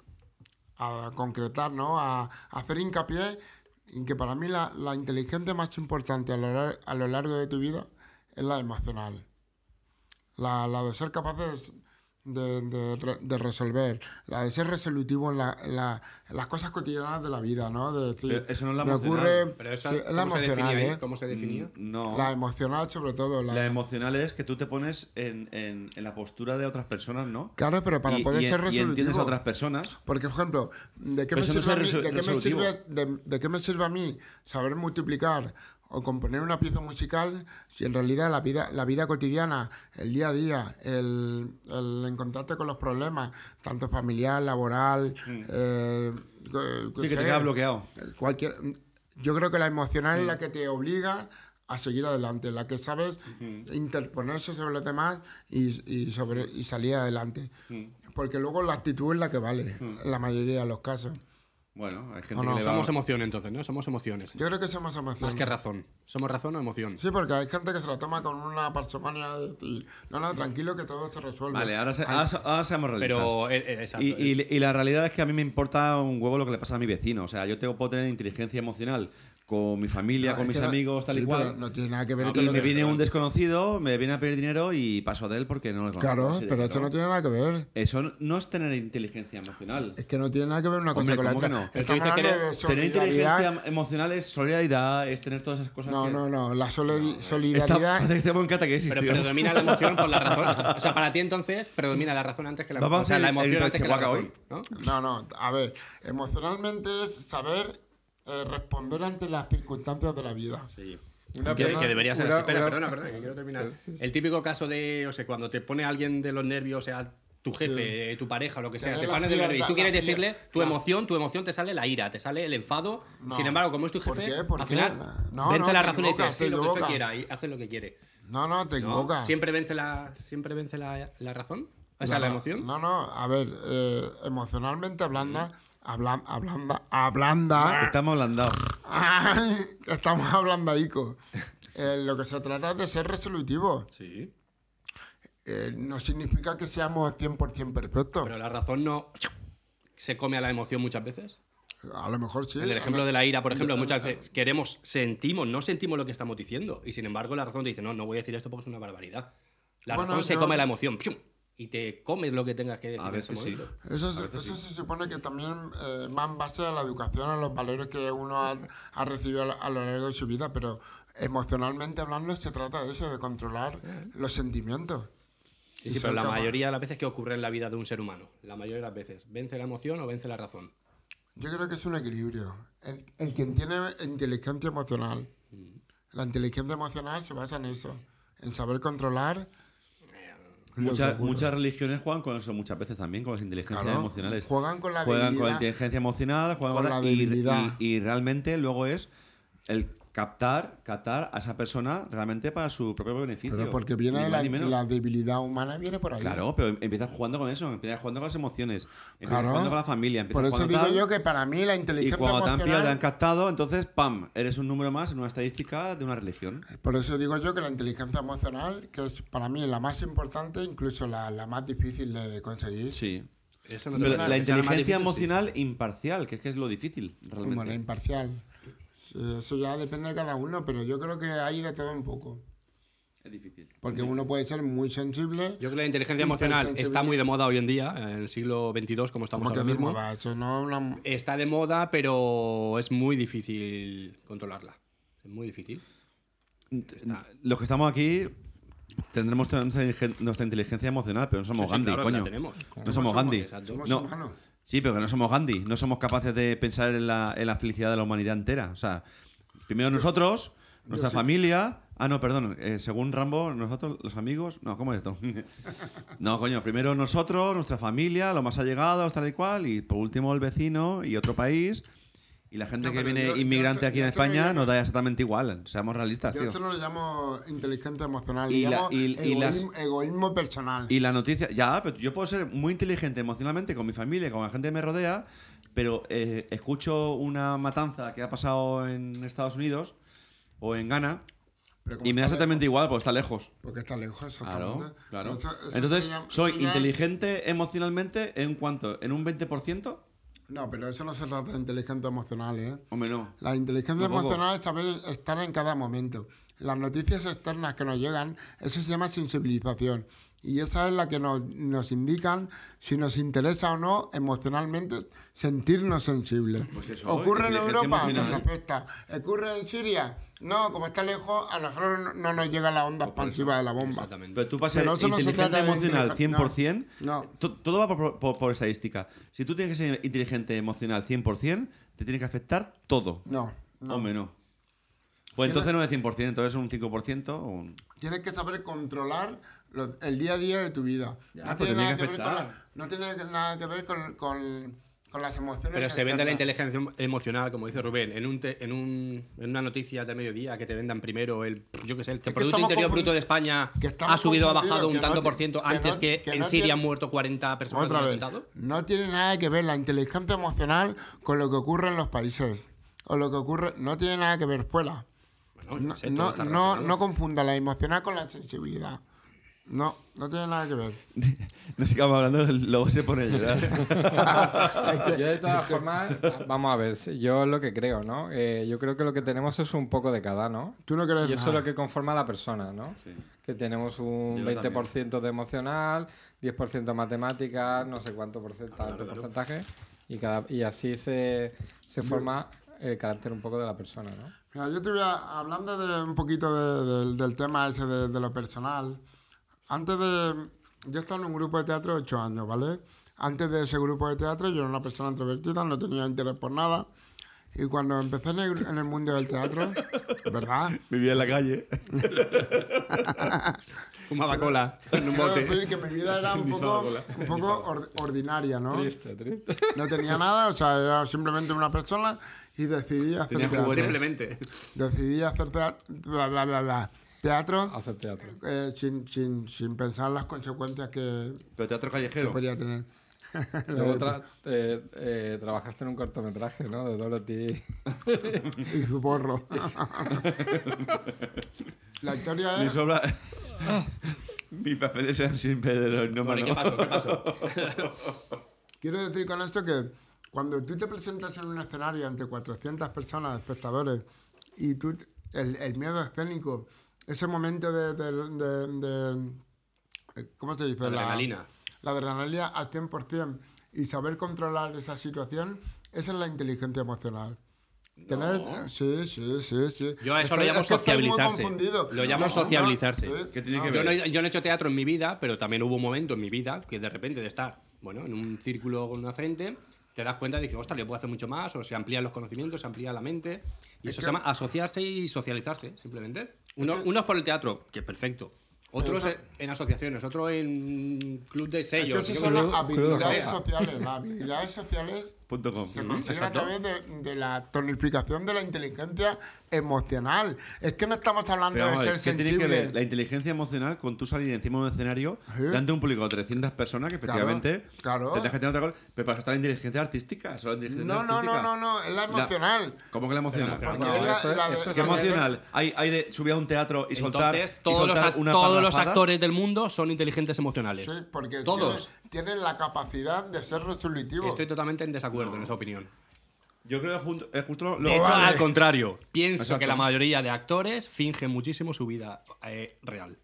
[SPEAKER 2] a concretar, ¿no? A, a hacer hincapié en que para mí la, la inteligencia más importante a lo, lar- a lo largo de tu vida es la emocional. La, la de ser capaces de, de re- de resolver, la de ser resolutivo en, la- en la- en las cosas cotidianas de la vida, ¿no? De decir,
[SPEAKER 3] Pero eso no es la
[SPEAKER 2] me
[SPEAKER 3] emocional.
[SPEAKER 2] ocurre-
[SPEAKER 4] Pero esa,
[SPEAKER 2] sí, es la
[SPEAKER 4] ¿cómo, se
[SPEAKER 2] emocional,
[SPEAKER 4] definía, ahí?
[SPEAKER 2] ¿eh?
[SPEAKER 4] ¿Cómo se definía?
[SPEAKER 3] No.
[SPEAKER 2] La emocional sobre todo. La, em-
[SPEAKER 3] La em emocional es que tú te pones en, en- en la postura de otras personas, ¿no?
[SPEAKER 2] Claro, pero para
[SPEAKER 3] Y-
[SPEAKER 2] poder
[SPEAKER 3] y-
[SPEAKER 2] ser
[SPEAKER 3] Y entiendes
[SPEAKER 2] resolutivo.
[SPEAKER 3] a otras personas.
[SPEAKER 2] Porque, por ejemplo, ¿de qué,
[SPEAKER 3] Pero
[SPEAKER 2] me
[SPEAKER 3] eso
[SPEAKER 2] sirve,
[SPEAKER 3] no
[SPEAKER 2] a mí,
[SPEAKER 3] es resu-
[SPEAKER 2] de, qué me
[SPEAKER 3] resolutivo.
[SPEAKER 2] sirve, de- de qué me sirve a mí saber multiplicar o componer una pieza musical si en realidad la vida, la vida cotidiana, el día a día, el, el encontrarte con los problemas, tanto familiar, laboral, eh, eh,
[SPEAKER 3] Mm. Sí, que te
[SPEAKER 2] sé,
[SPEAKER 3] queda bloqueado.
[SPEAKER 2] cualquier yo creo que la emocional es la
[SPEAKER 3] Mm.
[SPEAKER 2] que te obliga a seguir adelante, la que sabes interponerse sobre los demás y, y sobre, y salir adelante.
[SPEAKER 3] Mm.
[SPEAKER 2] Porque luego la actitud es la que vale, en la mayoría de los casos.
[SPEAKER 3] Bueno, hay gente
[SPEAKER 2] no,
[SPEAKER 3] que le va...
[SPEAKER 4] Somos emoción entonces, ¿no? Somos emociones.
[SPEAKER 2] Yo creo que somos
[SPEAKER 4] Más
[SPEAKER 2] emocionales.
[SPEAKER 4] que razón. Somos razón o emoción.
[SPEAKER 2] Sí, porque hay gente que se la toma con una parsimonia de decir, no, no, tranquilo que todo se resuelve.
[SPEAKER 3] Vale, ahora, se-
[SPEAKER 2] Ay,
[SPEAKER 3] ahora se- ahora seamos realistas.
[SPEAKER 4] Pero, eh, eh, exacto.
[SPEAKER 3] Y, y- y la realidad es que a mí me importa un huevo lo que le pasa a mi vecino. O sea, yo tengo, puedo tener inteligencia emocional con mi familia,
[SPEAKER 2] no,
[SPEAKER 3] con
[SPEAKER 2] Ah, es
[SPEAKER 3] mis
[SPEAKER 2] que no-
[SPEAKER 3] amigos, tal y
[SPEAKER 2] sí, pero
[SPEAKER 3] cual.
[SPEAKER 2] No tiene nada que ver
[SPEAKER 3] y
[SPEAKER 2] con lo
[SPEAKER 3] me
[SPEAKER 2] que-
[SPEAKER 3] viene un desconocido, me viene a pedir dinero y paso de él porque no lo conozco.
[SPEAKER 2] Claro,
[SPEAKER 3] así de
[SPEAKER 2] pero esto
[SPEAKER 3] claro.
[SPEAKER 2] no tiene nada que ver.
[SPEAKER 3] Eso no es tener inteligencia emocional.
[SPEAKER 2] Es que no tiene nada que ver una cosa
[SPEAKER 3] Hombre,
[SPEAKER 2] con la
[SPEAKER 3] ¿cómo
[SPEAKER 2] otra.
[SPEAKER 3] que no?
[SPEAKER 4] Pero tú dices
[SPEAKER 2] Estamos
[SPEAKER 4] que
[SPEAKER 2] hablando de
[SPEAKER 4] eres-
[SPEAKER 3] Tener
[SPEAKER 2] solidaridad.
[SPEAKER 3] inteligencia emocional es solidaridad, es tener todas esas cosas.
[SPEAKER 2] No,
[SPEAKER 3] que...
[SPEAKER 2] no, no. La soli-
[SPEAKER 3] Está-
[SPEAKER 2] solidaridad.
[SPEAKER 3] parece que estamos en catequesis,
[SPEAKER 4] Pero
[SPEAKER 3] tío.
[SPEAKER 4] predomina la emoción por la razón. O sea, para ti entonces predomina la razón antes que la
[SPEAKER 3] Vamos a
[SPEAKER 4] o sea,
[SPEAKER 3] hacer
[SPEAKER 4] la
[SPEAKER 3] el-
[SPEAKER 4] emoción
[SPEAKER 3] el
[SPEAKER 4] antes que la
[SPEAKER 3] Chihuahua
[SPEAKER 4] razón,
[SPEAKER 2] No,
[SPEAKER 4] ¿no?
[SPEAKER 2] no. A ver, emocionalmente es saber eh, responder ante las circunstancias de la vida.
[SPEAKER 1] Una
[SPEAKER 4] Que,
[SPEAKER 1] pena-
[SPEAKER 4] que debería ser
[SPEAKER 1] una-
[SPEAKER 4] así. Espera,
[SPEAKER 1] una-
[SPEAKER 4] perdona, perdona, que quiero terminar. El típico caso de, o sea, cuando te pone alguien de los nervios, o sea, tu jefe, eh, tu pareja, lo que sea,
[SPEAKER 2] Tener
[SPEAKER 4] te
[SPEAKER 2] la
[SPEAKER 4] pone de
[SPEAKER 2] piel,
[SPEAKER 4] nervios y
[SPEAKER 2] la-
[SPEAKER 4] tú quieres
[SPEAKER 2] la piel,
[SPEAKER 4] decirle tu
[SPEAKER 2] la-
[SPEAKER 4] emoción, tu emoción te sale la ira, te sale el enfado.
[SPEAKER 2] No.
[SPEAKER 4] Sin embargo, como es tu
[SPEAKER 2] ¿Por
[SPEAKER 4] jefe,
[SPEAKER 2] qué? ¿Por
[SPEAKER 4] al
[SPEAKER 2] qué?
[SPEAKER 4] final
[SPEAKER 2] No,
[SPEAKER 4] vence
[SPEAKER 2] no,
[SPEAKER 4] la
[SPEAKER 2] te
[SPEAKER 4] razón y dice,
[SPEAKER 2] equivocas,
[SPEAKER 4] sí,
[SPEAKER 2] te
[SPEAKER 4] lo que esto
[SPEAKER 2] equivocas.
[SPEAKER 4] quiera y hace lo que quiere.
[SPEAKER 2] No, no, te
[SPEAKER 4] ¿no?
[SPEAKER 2] equivocas.
[SPEAKER 4] Siempre vence la, siempre vence la, la razón, o sea, la,
[SPEAKER 2] No,
[SPEAKER 4] emoción.
[SPEAKER 2] No, no. A ver, eh, emocionalmente hablando. Hablan, hablanda,
[SPEAKER 4] Ah.
[SPEAKER 2] ablanda.
[SPEAKER 3] Estamos ablandados.
[SPEAKER 2] Estamos hablando, Ico. lo que se trata es de ser resolutivo.
[SPEAKER 4] Sí.
[SPEAKER 2] Eh, no significa que seamos 100% perfectos.
[SPEAKER 4] Pero la razón no se come a la emoción muchas veces.
[SPEAKER 2] A lo mejor sí.
[SPEAKER 4] En el
[SPEAKER 2] a
[SPEAKER 4] ejemplo
[SPEAKER 2] lo-
[SPEAKER 4] de la ira, por ejemplo, muchas veces queremos, sentimos, no sentimos lo que estamos diciendo. Y sin embargo, la razón te dice, no, no voy a decir esto porque es una barbaridad. La
[SPEAKER 2] Bueno,
[SPEAKER 4] razón se
[SPEAKER 2] yo-
[SPEAKER 4] come la emoción. ¡pium! Y te comes lo que tengas que decir.
[SPEAKER 3] A
[SPEAKER 4] en ese
[SPEAKER 3] veces sí.
[SPEAKER 4] momento.
[SPEAKER 2] Eso, se- eso se supone que también eh, va en base a la educación, a los valores que uno ha, ha recibido a lo, a lo largo de su vida, pero emocionalmente hablando se trata de eso, de controlar los sentimientos.
[SPEAKER 4] Sí,
[SPEAKER 2] Y
[SPEAKER 4] sí,
[SPEAKER 2] ser
[SPEAKER 4] pero la
[SPEAKER 2] capaz-
[SPEAKER 4] mayoría de las veces que ocurre en la vida de un ser humano, la mayoría de las veces, ¿vence la emoción o vence la razón?
[SPEAKER 2] Yo creo que es un equilibrio. El, el quien tiene inteligencia emocional,
[SPEAKER 3] Mm.
[SPEAKER 2] la inteligencia emocional se basa en eso, en saber controlar. lo que
[SPEAKER 3] Muchas,
[SPEAKER 2] ocurre.
[SPEAKER 3] muchas religiones juegan con eso muchas veces también, con las inteligencias
[SPEAKER 2] Claro,
[SPEAKER 3] emocionales.
[SPEAKER 2] juegan con la
[SPEAKER 3] Juegan con la
[SPEAKER 2] debilidad.
[SPEAKER 3] inteligencia emocional, juegan
[SPEAKER 2] Con
[SPEAKER 3] tal,
[SPEAKER 2] la
[SPEAKER 3] y-
[SPEAKER 2] debilidad.
[SPEAKER 3] y, y realmente luego es el captar, captar a esa persona realmente para su propio beneficio.
[SPEAKER 2] Pero porque viene
[SPEAKER 3] Ni
[SPEAKER 2] de
[SPEAKER 3] más
[SPEAKER 2] la,
[SPEAKER 3] ni menos.
[SPEAKER 2] la debilidad humana, viene por ahí.
[SPEAKER 3] Claro, pero empiezas jugando con eso, empiezas jugando con las emociones, empiezas
[SPEAKER 2] Claro.
[SPEAKER 3] jugando con la familia, empiezas
[SPEAKER 2] Por eso
[SPEAKER 3] jugando
[SPEAKER 2] digo
[SPEAKER 3] tal,
[SPEAKER 2] yo que para mí la
[SPEAKER 3] y
[SPEAKER 2] inteligencia
[SPEAKER 3] cuando te han pillado,
[SPEAKER 2] emocional...
[SPEAKER 3] te han captado, entonces, ¡pam! Eres un número más en una estadística de una religión.
[SPEAKER 2] Por eso digo yo que la inteligencia emocional, que es para mí la más importante, incluso la, la más difícil de conseguir.
[SPEAKER 3] Sí.
[SPEAKER 4] Eso no te
[SPEAKER 3] Pero
[SPEAKER 4] pone-
[SPEAKER 3] la
[SPEAKER 4] que sea más
[SPEAKER 3] inteligencia
[SPEAKER 4] difícil, sí.
[SPEAKER 3] emocional imparcial, que es que es lo difícil,
[SPEAKER 2] Y bueno,
[SPEAKER 3] realmente.
[SPEAKER 2] imparcial. Sí, Eso ya depende de cada uno, pero yo creo que hay de todo un poco.
[SPEAKER 3] Es difícil.
[SPEAKER 2] Porque uno puede ser muy sensible.
[SPEAKER 4] Yo creo que la inteligencia emocional está
[SPEAKER 2] Hipersensibilidad.
[SPEAKER 4] muy de moda hoy en día, en el siglo XXII, como estamos
[SPEAKER 2] como que
[SPEAKER 4] ahora
[SPEAKER 2] de
[SPEAKER 4] mismo.
[SPEAKER 2] moda, eso no una-
[SPEAKER 4] Está de moda, pero es muy difícil controlarla. Es muy difícil. Está.
[SPEAKER 3] Los que estamos aquí tendremos t- nuestra inge- nuestra inteligencia emocional, pero no somos
[SPEAKER 4] Sí, sí,
[SPEAKER 3] Gandhi,
[SPEAKER 4] claro que la
[SPEAKER 3] coño.
[SPEAKER 4] tenemos.
[SPEAKER 3] No somos Gandhi.
[SPEAKER 4] Exacto.
[SPEAKER 2] somos
[SPEAKER 3] No.
[SPEAKER 2] humanos.
[SPEAKER 3] Sí, pero que no somos Gandhi. No somos capaces de pensar en la, en la felicidad de la humanidad entera. O sea, primero nosotros, nuestra familia. Ah, no, perdón. eh, según Rambo, nosotros, los amigos. No, ¿cómo es esto? no, coño. Primero nosotros, nuestra familia, los más allegados, tal y cual. Y por último el vecino y otro país. Y la gente
[SPEAKER 2] No,
[SPEAKER 3] que
[SPEAKER 2] pero
[SPEAKER 3] viene
[SPEAKER 2] yo- yo
[SPEAKER 3] inmigrante
[SPEAKER 2] esto-
[SPEAKER 3] aquí en
[SPEAKER 2] yo esto lo
[SPEAKER 3] España
[SPEAKER 2] llamo-
[SPEAKER 3] nos da exactamente igual. Seamos realistas,
[SPEAKER 2] Yo
[SPEAKER 3] tío.
[SPEAKER 2] esto no lo llamo inteligente emocional,
[SPEAKER 3] Y
[SPEAKER 2] lo
[SPEAKER 3] la-
[SPEAKER 2] llamo
[SPEAKER 3] y- y las-
[SPEAKER 2] egoísmo, egoísmo personal.
[SPEAKER 3] Y la noticia, ya, pero yo puedo ser muy inteligente emocionalmente con mi familia, con la gente que me rodea, pero eh, escucho una matanza que ha pasado en Estados Unidos o en Ghana
[SPEAKER 2] Pero como
[SPEAKER 3] y me da
[SPEAKER 2] está lejos-
[SPEAKER 3] exactamente igual, porque está lejos.
[SPEAKER 2] Porque está lejos,
[SPEAKER 3] Claro,
[SPEAKER 2] exactamente.
[SPEAKER 3] claro.
[SPEAKER 2] Eso- eso
[SPEAKER 3] Entonces,
[SPEAKER 2] se llama-
[SPEAKER 3] soy
[SPEAKER 2] eso ya es-
[SPEAKER 3] inteligente emocionalmente en cuanto, en un 20%,
[SPEAKER 2] No, pero eso no se trata de inteligencia emocional, ¿eh?
[SPEAKER 3] hombre, no.
[SPEAKER 2] La inteligencia
[SPEAKER 3] Tampoco.
[SPEAKER 2] emocional esta vez están en cada momento. Las noticias externas que nos llegan, eso se llama sensibilización. Y esa es la que nos, nos indican si nos interesa o no emocionalmente sentirnos sensibles.
[SPEAKER 3] Pues eso,
[SPEAKER 2] ¿Ocurre en
[SPEAKER 3] inteligencia
[SPEAKER 2] Europa? Nos
[SPEAKER 3] emocional.
[SPEAKER 2] afecta. ¿Ocurre en Siria? No, como está lejos, a nosotros no nos llega la onda
[SPEAKER 3] Pues por
[SPEAKER 2] expansiva de la bomba.
[SPEAKER 4] Exactamente.
[SPEAKER 3] Pero tú pasas
[SPEAKER 2] Pero eso no se
[SPEAKER 3] inteligente
[SPEAKER 2] trata de
[SPEAKER 3] emocional
[SPEAKER 2] inteligen-
[SPEAKER 3] 100%,
[SPEAKER 2] no, no.
[SPEAKER 3] to- todo va por, por- por estadística. Si tú tienes que ser inteligente emocional 100%, te tiene que afectar todo.
[SPEAKER 2] No, no.
[SPEAKER 3] Hombre, no. Pues entonces no es 100%, entonces es un 5% o un...
[SPEAKER 2] Tienes que saber controlar lo- el día a día de tu vida.
[SPEAKER 3] Ya,
[SPEAKER 2] no,
[SPEAKER 3] pero
[SPEAKER 4] pues
[SPEAKER 2] tiene nada que
[SPEAKER 3] tiene que
[SPEAKER 2] ver con la-
[SPEAKER 3] afectar.
[SPEAKER 2] no tiene que- nada que ver con, con- con las emociones.
[SPEAKER 4] Pero se vende la
[SPEAKER 2] externas.
[SPEAKER 4] inteligencia emocional, como dice Rubén, en, un te- en, un- en una noticia de mediodía que te vendan primero el, yo qué sé, el que
[SPEAKER 2] Es que
[SPEAKER 4] Producto
[SPEAKER 2] estamos
[SPEAKER 4] Interior
[SPEAKER 2] confund-
[SPEAKER 4] Bruto de España
[SPEAKER 2] que estamos
[SPEAKER 4] ha subido o ha
[SPEAKER 2] confundidos,
[SPEAKER 4] bajado un
[SPEAKER 2] que no
[SPEAKER 4] tanto
[SPEAKER 2] ti-
[SPEAKER 4] por ciento
[SPEAKER 2] que no-
[SPEAKER 4] antes que,
[SPEAKER 2] que
[SPEAKER 4] en
[SPEAKER 2] no
[SPEAKER 4] Siria
[SPEAKER 2] tiene-
[SPEAKER 4] han muerto 40 personas
[SPEAKER 2] Otra
[SPEAKER 4] por
[SPEAKER 2] vez, no tiene nada que ver la inteligencia emocional con lo que ocurre en los países. O lo que ocurre, no tiene nada que ver fuera.
[SPEAKER 4] Bueno,
[SPEAKER 2] No,
[SPEAKER 4] no, sé, todo
[SPEAKER 2] no,
[SPEAKER 4] está
[SPEAKER 2] no,
[SPEAKER 4] relacionado.
[SPEAKER 2] no confunda la emocional con la sensibilidad. No, no tiene nada que ver.
[SPEAKER 3] No sigamos hablando, luego se pone a llorar.
[SPEAKER 1] Yo de todas formas, vamos a ver, si- yo lo que creo, ¿no? Eh, yo creo que lo que tenemos es un poco de cada, ¿no?
[SPEAKER 2] Tú no crees
[SPEAKER 1] Y eso es
[SPEAKER 2] nada.
[SPEAKER 1] lo que conforma a la persona, ¿no? Que tenemos un
[SPEAKER 3] Yo
[SPEAKER 1] 20% de emocional, 10% matemáticas, no sé cuánto porcentaje, porcentaje y, cada, y así se, se forma el carácter un poco de la persona, ¿no?
[SPEAKER 2] Mira, yo te voy a- hablando de un poquito de- del- del tema ese de, de lo personal. Antes de. Yo estaba en un grupo de teatro de 8 años, ¿vale? Antes de ese grupo de teatro yo era una persona introvertida, no tenía interés por nada. Y cuando empecé en el, en el mundo del teatro, ¿verdad?
[SPEAKER 3] Vivía en la calle.
[SPEAKER 4] Fumaba cola en un
[SPEAKER 2] Quiero
[SPEAKER 4] bote.
[SPEAKER 2] decir que mi vida era un poco, un poco or- ordinaria, ¿no?
[SPEAKER 1] Triste, triste.
[SPEAKER 2] No tenía nada, o sea, era simplemente una persona y decidí hacer
[SPEAKER 3] Tenía
[SPEAKER 2] teatro.
[SPEAKER 3] juguetes.
[SPEAKER 4] Simplemente.
[SPEAKER 2] Decidí hacer teatro. Bla, bla, bla, bla. Teatro.
[SPEAKER 1] Hacer teatro.
[SPEAKER 2] Eh, sin, sin, sin pensar las consecuencias que,
[SPEAKER 3] Pero teatro
[SPEAKER 2] que
[SPEAKER 3] callejero.
[SPEAKER 2] podría tener.
[SPEAKER 1] Luego tra- eh, eh, trabajaste en un cortometraje, ¿no? De Dorothy.
[SPEAKER 2] y su porro. la historia
[SPEAKER 3] Me
[SPEAKER 2] es...
[SPEAKER 3] sobra... Mis papeles eran siempre de los
[SPEAKER 4] Bueno, ¿y ¿qué
[SPEAKER 3] nómanos.
[SPEAKER 4] pasó? ¿Qué pasó?
[SPEAKER 2] Quiero decir con esto que cuando tú te presentas en un escenario ante 400 personas, espectadores, y tú, el, el miedo escénico, ese momento de... de, de- de- eh, ¿Cómo se dice? La-
[SPEAKER 4] Adrenalina.
[SPEAKER 2] La, adrenalina al 100% y saber controlar esa situación, esa es la inteligencia emocional. Tener- Sí, sí, sí, sí.
[SPEAKER 4] Yo a eso
[SPEAKER 2] Estoy-
[SPEAKER 4] lo llamo
[SPEAKER 2] es que estoy muy
[SPEAKER 4] sociabilizarse.
[SPEAKER 2] confundido.
[SPEAKER 4] Lo llamo
[SPEAKER 2] No, ¿Eh? no,
[SPEAKER 4] sociabilizarse.
[SPEAKER 2] sí.
[SPEAKER 3] ¿Qué tiene que
[SPEAKER 4] Yo
[SPEAKER 3] ver?
[SPEAKER 4] no, he- yo no he hecho teatro en mi vida, pero también hubo un momento en mi vida que de repente de estar, bueno, en un círculo con una gente, te das cuenta de que, ostras, yo puedo hacer mucho más, o se amplían los conocimientos, se amplía la mente. Y eso se llama asociarse y socializarse, simplemente. Uno- unos por el teatro, que es perfecto. Otros en, en asociaciones, otros en club de
[SPEAKER 2] Es que
[SPEAKER 4] sellos.
[SPEAKER 2] esas
[SPEAKER 4] yo qué
[SPEAKER 2] son
[SPEAKER 4] sé.
[SPEAKER 2] las habilidades
[SPEAKER 1] Creo
[SPEAKER 2] sociales. Las habilidades sociales
[SPEAKER 3] Punto com.
[SPEAKER 2] se
[SPEAKER 3] Ujú,
[SPEAKER 2] consiguen a
[SPEAKER 3] exacto.
[SPEAKER 2] través de, de la tonificación de la inteligencia emocional. Es que no estamos hablando
[SPEAKER 3] Pero vamos a
[SPEAKER 2] de
[SPEAKER 3] ver,
[SPEAKER 2] ser
[SPEAKER 3] ¿qué
[SPEAKER 2] sensible.
[SPEAKER 3] tiene que ver la inteligencia emocional con tú salir encima de un escenario
[SPEAKER 2] Sí.
[SPEAKER 3] delante de un público de 300 personas que
[SPEAKER 2] Claro,
[SPEAKER 3] efectivamente
[SPEAKER 2] claro.
[SPEAKER 3] te dejan tener otra cosa? Pero para eso está la inteligencia artística. Solo la inteligencia
[SPEAKER 2] No, no, no,
[SPEAKER 3] artística.
[SPEAKER 2] no, no, es la emocional.
[SPEAKER 3] ¿Cómo que la emocional?
[SPEAKER 4] emocional.
[SPEAKER 1] No,
[SPEAKER 2] es la-
[SPEAKER 1] eso, es-
[SPEAKER 2] la-
[SPEAKER 1] eso es
[SPEAKER 3] Qué
[SPEAKER 1] lo que-
[SPEAKER 3] emocional. Hay, hay de subir a un teatro y soltar,
[SPEAKER 4] Entonces,
[SPEAKER 3] y
[SPEAKER 4] todos, los,
[SPEAKER 3] soltar
[SPEAKER 4] a-
[SPEAKER 3] una
[SPEAKER 4] todos los
[SPEAKER 3] parrafada.
[SPEAKER 4] actores del mundo son inteligentes emocionales.
[SPEAKER 2] Sí, porque
[SPEAKER 4] todos.
[SPEAKER 2] Tienen, tienen la capacidad de ser resolutivos.
[SPEAKER 4] Estoy totalmente en desacuerdo en esa opinión.
[SPEAKER 3] Yo creo que junto- es justo lo,
[SPEAKER 4] De hecho,
[SPEAKER 3] Vale.
[SPEAKER 4] al contrario, pienso
[SPEAKER 3] Exacto.
[SPEAKER 4] que la mayoría de actores fingen muchísimo su vida eh, real.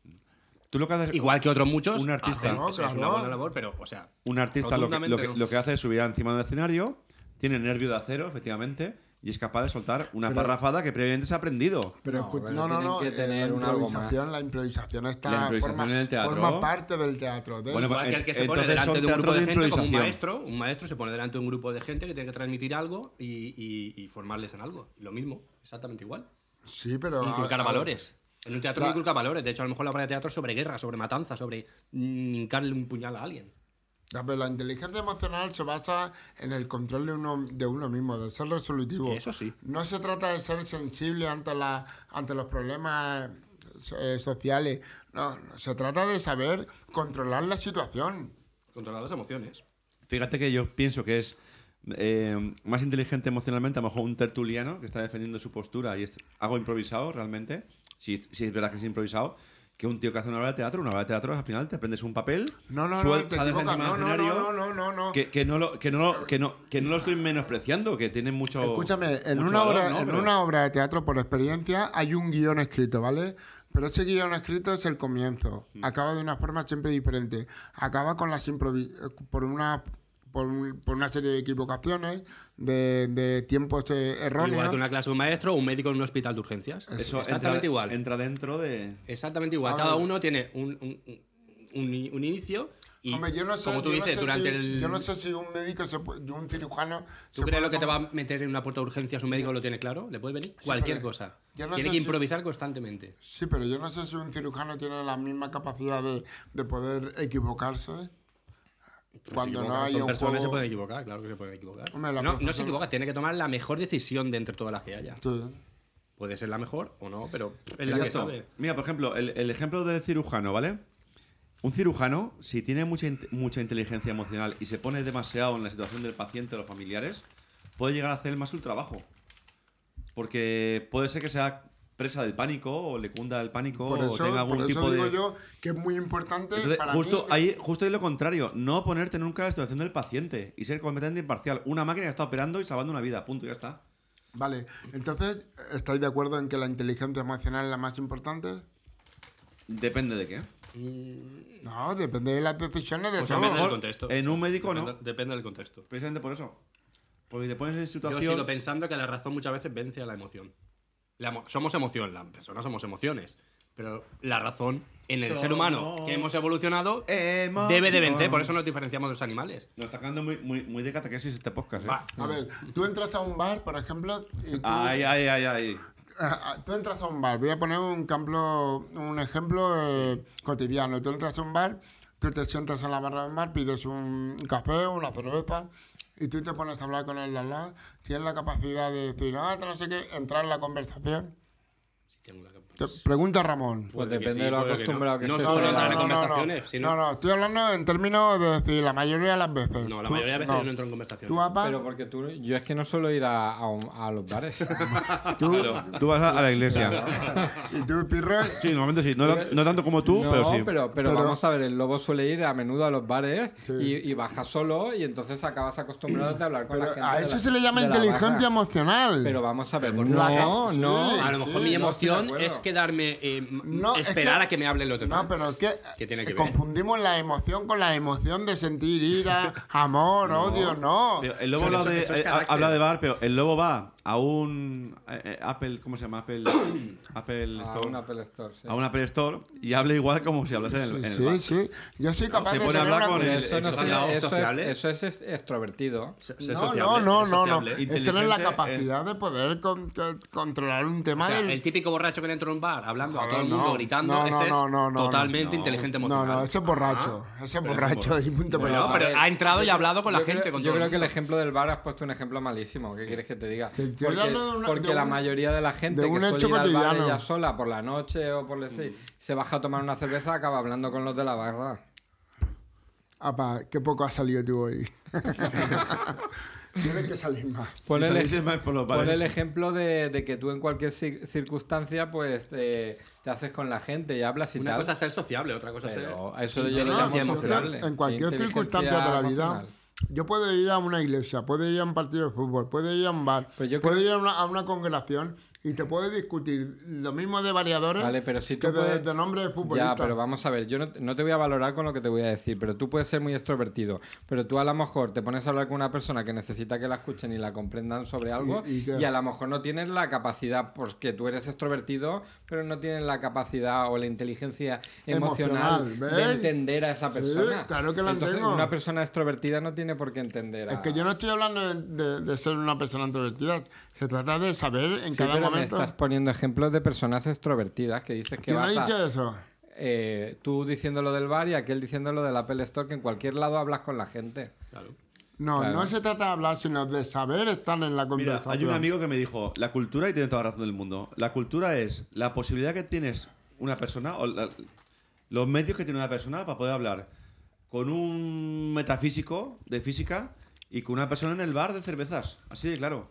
[SPEAKER 3] tú lo que haces
[SPEAKER 4] Igual que otros muchos.
[SPEAKER 3] Un artista.
[SPEAKER 4] hacen-
[SPEAKER 2] Claro,
[SPEAKER 4] eso es una
[SPEAKER 2] claro.
[SPEAKER 4] buena labor, pero, o sea.
[SPEAKER 3] un artista lo que, lo, que,
[SPEAKER 4] rotundamente no.
[SPEAKER 3] lo que hace es subir encima de un escenario, tiene nervio de acero, efectivamente, y es capaz de soltar una parrafada que previamente se ha aprendido.
[SPEAKER 2] Pero
[SPEAKER 1] No,
[SPEAKER 2] escu-
[SPEAKER 1] pero
[SPEAKER 2] no, no,
[SPEAKER 1] tienen
[SPEAKER 2] no,
[SPEAKER 1] que
[SPEAKER 2] eh,
[SPEAKER 1] tener
[SPEAKER 2] la
[SPEAKER 1] un algo
[SPEAKER 2] improvisación,
[SPEAKER 1] más.
[SPEAKER 2] la improvisación está
[SPEAKER 3] La improvisación
[SPEAKER 2] forma,
[SPEAKER 3] en el teatro.
[SPEAKER 2] forma parte del teatro. de-
[SPEAKER 3] Bueno,
[SPEAKER 4] Igual que el que se
[SPEAKER 3] entonces
[SPEAKER 4] pone delante de un
[SPEAKER 3] son
[SPEAKER 4] grupo de,
[SPEAKER 3] teatro de
[SPEAKER 4] gente, como un
[SPEAKER 3] improvisación.
[SPEAKER 4] maestro, un maestro se pone delante de un grupo de gente que tiene que transmitir algo y, y- y formarles en algo. Lo mismo, exactamente igual.
[SPEAKER 1] pues,
[SPEAKER 2] sí, pero
[SPEAKER 4] Inculcar
[SPEAKER 2] a- a-
[SPEAKER 4] valores. En un teatro
[SPEAKER 2] La-
[SPEAKER 4] no inculca valores. De hecho, a lo mejor la obra de teatro es sobre guerra, sobre matanza, sobre mm, hincarle un puñal a alguien.
[SPEAKER 2] A ver, la inteligencia emocional se basa en el control de uno, de uno mismo, de ser resolutivo.
[SPEAKER 4] Eso sí.
[SPEAKER 2] No se trata de ser sensible ante, la, ante los problemas eh, sociales. No, no, se trata de saber controlar la situación.
[SPEAKER 4] Controlar las emociones.
[SPEAKER 3] Fíjate que yo pienso que es eh, más inteligente emocionalmente, a lo mejor un tertuliano que está defendiendo su postura y es algo improvisado realmente, si, es- si es verdad que es improvisado, que un tío que hace una obra de teatro. Una obra de teatro, al final te aprendes un papel,
[SPEAKER 2] No, no, no, te
[SPEAKER 3] suelta, defiendes
[SPEAKER 2] equivocas.
[SPEAKER 3] un
[SPEAKER 2] No, no,
[SPEAKER 3] escenario,
[SPEAKER 2] no, no, no, no.
[SPEAKER 3] Que, que no lo, que, no lo, que, no, que no lo estoy menospreciando, que tiene mucho.
[SPEAKER 2] Escúchame, en,
[SPEAKER 3] mucho
[SPEAKER 2] una,
[SPEAKER 3] valor,
[SPEAKER 2] obra,
[SPEAKER 3] ¿no?
[SPEAKER 2] en
[SPEAKER 3] Pero-
[SPEAKER 2] una obra de teatro por experiencia hay un guión escrito, ¿vale? Pero ese guión escrito es el comienzo.
[SPEAKER 4] Mm.
[SPEAKER 2] Acaba de una forma siempre diferente. Acaba con las improvi- eh, por una por, un- por una serie de equivocaciones, de, de tiempos eh,
[SPEAKER 4] Igual
[SPEAKER 2] erróneos.
[SPEAKER 4] que una clase de un maestro o un médico en un hospital de urgencias.
[SPEAKER 3] Eso
[SPEAKER 4] Exactamente
[SPEAKER 3] entra, Ah,
[SPEAKER 4] igual.
[SPEAKER 3] Entra dentro de.
[SPEAKER 4] Exactamente igual.
[SPEAKER 2] A
[SPEAKER 4] Cada
[SPEAKER 2] ver.
[SPEAKER 4] uno tiene un, un- un- un- un inicio y,
[SPEAKER 2] Hombre, yo no sé,
[SPEAKER 4] como tú
[SPEAKER 2] yo no
[SPEAKER 4] dices,
[SPEAKER 2] sé
[SPEAKER 4] durante
[SPEAKER 2] si,
[SPEAKER 4] el...
[SPEAKER 2] yo no sé si un médico, se pu- un cirujano...
[SPEAKER 4] ¿Tú crees lo que te va a meter en una puerta de urgencias un médico lo tiene claro? ¿Le puede venir? Cualquier
[SPEAKER 2] pero-
[SPEAKER 4] cosa.
[SPEAKER 2] yo no
[SPEAKER 4] tiene
[SPEAKER 2] sé
[SPEAKER 4] que
[SPEAKER 2] si-
[SPEAKER 4] improvisar constantemente.
[SPEAKER 2] Sí, pero yo no sé si un cirujano tiene la misma capacidad de, de poder equivocarse
[SPEAKER 4] Pues
[SPEAKER 2] cuando
[SPEAKER 4] Se
[SPEAKER 2] no
[SPEAKER 4] equivocan,
[SPEAKER 2] hay
[SPEAKER 4] son
[SPEAKER 2] un
[SPEAKER 4] personas se
[SPEAKER 2] juego-
[SPEAKER 4] pueden equivocar, claro que se pueden equivocar.
[SPEAKER 2] Hombre, la
[SPEAKER 4] no, no se
[SPEAKER 2] persona-
[SPEAKER 4] equivoca, tiene que tomar la mejor decisión de entre todas las que haya.
[SPEAKER 2] Sí.
[SPEAKER 4] Puede ser la mejor o no, pero es la que
[SPEAKER 3] Exacto.
[SPEAKER 4] sabe.
[SPEAKER 3] Mira, por ejemplo, el, el ejemplo del cirujano, ¿vale? Un cirujano, si tiene mucha, in- mucha inteligencia emocional y se pone demasiado en la situación del paciente o los familiares, puede llegar a hacer más su trabajo. Porque puede ser que sea presa del pánico o le cunda el pánico
[SPEAKER 2] Por
[SPEAKER 3] o
[SPEAKER 2] eso,
[SPEAKER 3] tenga algún
[SPEAKER 2] por eso
[SPEAKER 3] tipo
[SPEAKER 2] digo
[SPEAKER 3] de...
[SPEAKER 2] yo que es muy importante
[SPEAKER 3] Entonces,
[SPEAKER 2] para
[SPEAKER 3] justo,
[SPEAKER 2] mí.
[SPEAKER 3] ahí, justo ahí lo contrario, no ponerte nunca en la situación del paciente y ser competente e imparcial. Una máquina que está operando y salvando una vida, punto, ya está.
[SPEAKER 2] Vale, entonces, ¿estáis de acuerdo en que la inteligencia emocional es la más importante?
[SPEAKER 3] Depende de qué.
[SPEAKER 2] No, depende de las decisiones de
[SPEAKER 4] Pues
[SPEAKER 2] todos.
[SPEAKER 4] a Depende ver, del contexto.
[SPEAKER 3] en un médico
[SPEAKER 4] Depende,
[SPEAKER 3] no,
[SPEAKER 4] depende del contexto.
[SPEAKER 3] precisamente por eso. Porque te pones en
[SPEAKER 4] Yo
[SPEAKER 3] situación...
[SPEAKER 4] sigo pensando que la razón muchas veces vence a la emoción. La emo- somos emoción, las personas somos emociones. Pero la razón en el ser humano
[SPEAKER 3] Somos
[SPEAKER 4] que hemos evolucionado
[SPEAKER 3] Emo-
[SPEAKER 4] debe de vencer, por eso nos diferenciamos de los animales.
[SPEAKER 3] Nos está quedando muy, muy, muy de catequesis este podcast, ¿eh?
[SPEAKER 4] Va.
[SPEAKER 2] A ver, tú entras a un bar, por ejemplo, y tú, eh,
[SPEAKER 3] Ay, ay, ay, ay.
[SPEAKER 2] Ah, tú entras a un bar, voy a poner un, camplo- un ejemplo eh, cotidiano. Tú entras a un bar, tú te sientas en la barra del bar, pides un café, una cerveza, y tú te pones a hablar con el de al lado. Tienes la capacidad de decir, ah, no sé qué, entrar en la conversación.
[SPEAKER 4] Si tengo la-
[SPEAKER 2] Te- pregunta Ramón.
[SPEAKER 1] Pues
[SPEAKER 4] Puede que
[SPEAKER 1] depende
[SPEAKER 4] sí,
[SPEAKER 1] de lo
[SPEAKER 4] puede que no.
[SPEAKER 1] acostumbrado que
[SPEAKER 4] No
[SPEAKER 1] estés
[SPEAKER 4] solo
[SPEAKER 1] a la-
[SPEAKER 4] entrar en conversaciones,
[SPEAKER 2] no.
[SPEAKER 4] sino-
[SPEAKER 2] No, no, estoy hablando en términos de decir la mayoría de las veces.
[SPEAKER 4] No, la
[SPEAKER 2] Tú-
[SPEAKER 4] mayoría de veces yo no entro en conversaciones.
[SPEAKER 2] Tú, apa,
[SPEAKER 1] Pero porque tú, yo es que no suelo ir a, a un- a los bares.
[SPEAKER 2] tú,
[SPEAKER 3] Claro, tú vas a, a la iglesia.
[SPEAKER 2] y tú, pirro,
[SPEAKER 3] Sí, normalmente sí. No, no tanto como tú,
[SPEAKER 1] no,
[SPEAKER 3] pero sí.
[SPEAKER 1] pero, pero
[SPEAKER 2] Pero-
[SPEAKER 1] vamos a ver, el lobo suele ir a menudo a los bares y, y baja solo y entonces acabas acostumbrándote a hablar con la
[SPEAKER 2] pero
[SPEAKER 1] gente.
[SPEAKER 2] a
[SPEAKER 1] de la-
[SPEAKER 2] eso se le llama
[SPEAKER 1] de la
[SPEAKER 2] inteligencia
[SPEAKER 1] barra.
[SPEAKER 2] emocional.
[SPEAKER 1] Pero vamos a ver,
[SPEAKER 4] Pero por
[SPEAKER 1] no,
[SPEAKER 2] la-
[SPEAKER 1] no.
[SPEAKER 2] Sí.
[SPEAKER 4] A lo mejor mi
[SPEAKER 2] no,
[SPEAKER 4] emoción
[SPEAKER 1] estoy de
[SPEAKER 4] es
[SPEAKER 1] acuerdo.
[SPEAKER 4] quedarme, eh, m-
[SPEAKER 2] No, es
[SPEAKER 4] esperar
[SPEAKER 2] que-
[SPEAKER 4] a que me hable el otro.
[SPEAKER 2] No, pero es que,
[SPEAKER 4] ¿Qué tiene que ver?
[SPEAKER 2] confundimos la emoción con la emoción de sentir ira, amor, odio, no.
[SPEAKER 3] Pero el lobo
[SPEAKER 4] Eso-
[SPEAKER 3] habla de,
[SPEAKER 4] eso es
[SPEAKER 3] eh, ha-
[SPEAKER 4] carácter.
[SPEAKER 3] habla de bar, pero el lobo va a un eh, eh, Apple, ¿cómo se llama? Apple, Apple
[SPEAKER 1] A
[SPEAKER 3] Store.
[SPEAKER 1] un Apple Store, sí.
[SPEAKER 3] A un Apple Store y habla igual como si hablase en el, en el
[SPEAKER 2] sí,
[SPEAKER 3] bar.
[SPEAKER 2] sí. Yo soy capaz
[SPEAKER 3] se
[SPEAKER 2] de
[SPEAKER 3] pone a
[SPEAKER 2] tener
[SPEAKER 3] hablar
[SPEAKER 2] una-
[SPEAKER 3] con el-
[SPEAKER 1] Eso, no
[SPEAKER 3] Esos
[SPEAKER 1] sé,
[SPEAKER 3] lados
[SPEAKER 1] eso
[SPEAKER 4] sociales.
[SPEAKER 1] es, eso es es- extrovertido.
[SPEAKER 2] No, no, no, no, no. Es tener la
[SPEAKER 3] Inteligente
[SPEAKER 2] capacidad de poder con- con- controlar un tema
[SPEAKER 4] O sea,
[SPEAKER 2] del-
[SPEAKER 4] el típico borracho que entra en un bar hablando a
[SPEAKER 2] Joder,
[SPEAKER 4] todo el mundo
[SPEAKER 2] no.
[SPEAKER 4] gritando,
[SPEAKER 2] No, no,
[SPEAKER 4] ese es
[SPEAKER 2] no, no, no,
[SPEAKER 3] no.
[SPEAKER 4] totalmente inteligente
[SPEAKER 2] No,
[SPEAKER 4] emocional.
[SPEAKER 2] no, ese es borracho. Ese es borracho y punto
[SPEAKER 4] Bueno,
[SPEAKER 2] pelota.
[SPEAKER 4] pero ha entrado y ha hablado con la
[SPEAKER 1] yo
[SPEAKER 4] gente.
[SPEAKER 1] Creo,
[SPEAKER 4] con
[SPEAKER 1] yo
[SPEAKER 4] todo
[SPEAKER 1] creo que el
[SPEAKER 4] mundo.
[SPEAKER 1] ejemplo del bar has puesto un ejemplo malísimo. ¿Qué quieres que te diga?
[SPEAKER 2] Que- que
[SPEAKER 1] Porque,
[SPEAKER 2] hablo de una-
[SPEAKER 1] porque
[SPEAKER 2] de
[SPEAKER 1] la
[SPEAKER 2] un-
[SPEAKER 1] mayoría de la gente
[SPEAKER 2] de
[SPEAKER 1] que
[SPEAKER 2] un
[SPEAKER 1] suele
[SPEAKER 2] hecho
[SPEAKER 1] ir al bar
[SPEAKER 2] cotidiano.
[SPEAKER 1] ella sola por la noche o por sí, se baja a tomar una cerveza, acaba hablando con los de la barra.
[SPEAKER 2] Apa, qué poco ha salido tú hoy. Tienes que salir más.
[SPEAKER 1] Pon
[SPEAKER 3] Si
[SPEAKER 1] el,
[SPEAKER 3] salís
[SPEAKER 1] ej-
[SPEAKER 3] más por los
[SPEAKER 1] pon
[SPEAKER 3] bares.
[SPEAKER 1] el ejemplo de, de que tú en cualquier cir- circunstancia pues eh, te haces con la gente y hablas y
[SPEAKER 4] Una
[SPEAKER 1] tal.
[SPEAKER 4] cosa es ser sociable, otra cosa es ser.
[SPEAKER 1] pero a eso yo lo
[SPEAKER 4] inteligencia
[SPEAKER 1] llamo
[SPEAKER 2] No, en cualquier-
[SPEAKER 1] sociable.
[SPEAKER 2] En cualquier
[SPEAKER 1] Inteligencia
[SPEAKER 2] circunstancia de la vida.
[SPEAKER 1] emocional.
[SPEAKER 2] Yo puedo ir a una iglesia, puedo ir a un partido de fútbol, puedo ir a un bar,
[SPEAKER 1] Pues yo
[SPEAKER 2] puedo
[SPEAKER 1] creo-
[SPEAKER 2] ir a una, a una congregación y te puedo discutir lo mismo de variadores
[SPEAKER 1] Vale, pero si tú
[SPEAKER 2] que de,
[SPEAKER 1] puedes-
[SPEAKER 2] de nombre de
[SPEAKER 1] Ya,
[SPEAKER 2] futbolista.
[SPEAKER 1] pero vamos a ver, yo no, te- no te voy a valorar con lo que te voy a decir, pero tú puedes ser muy extrovertido, pero tú a lo mejor te pones a hablar con una persona que necesita que la escuchen y la comprendan sobre algo
[SPEAKER 2] Y- y
[SPEAKER 1] y,
[SPEAKER 2] que-
[SPEAKER 1] a lo mejor no tienes la capacidad, porque tú eres extrovertido, pero no tienes la capacidad o la inteligencia emocional, de
[SPEAKER 2] Emocional, ¿ves?
[SPEAKER 1] entender a esa persona.
[SPEAKER 2] claro que la
[SPEAKER 1] Entonces,
[SPEAKER 2] tengo.
[SPEAKER 1] una persona extrovertida no tiene por qué entender a...
[SPEAKER 2] Es que yo no estoy hablando de, de- de ser una persona introvertida. Se trata de saber en
[SPEAKER 1] Sí,
[SPEAKER 2] cada
[SPEAKER 1] pero me
[SPEAKER 2] momento.
[SPEAKER 1] estás poniendo ejemplos de personas extrovertidas que dices que
[SPEAKER 2] ¿Quién ha
[SPEAKER 1] vas a...
[SPEAKER 2] dicho eso?
[SPEAKER 1] eh, tú diciendo lo del bar y aquel diciendo lo del Apple Store, que en cualquier lado hablas con la gente.
[SPEAKER 4] Claro.
[SPEAKER 2] No,
[SPEAKER 1] Claro.
[SPEAKER 2] no se trata de hablar, sino de saber estar en la
[SPEAKER 3] Mira,
[SPEAKER 2] conversación.
[SPEAKER 3] hay un amigo que me dijo, la cultura, y tiene toda la razón del mundo, la cultura es la posibilidad que tienes una persona, o la- los medios que tiene una persona para poder hablar con un metafísico de física y con una persona en el bar de cervezas. Así de claro.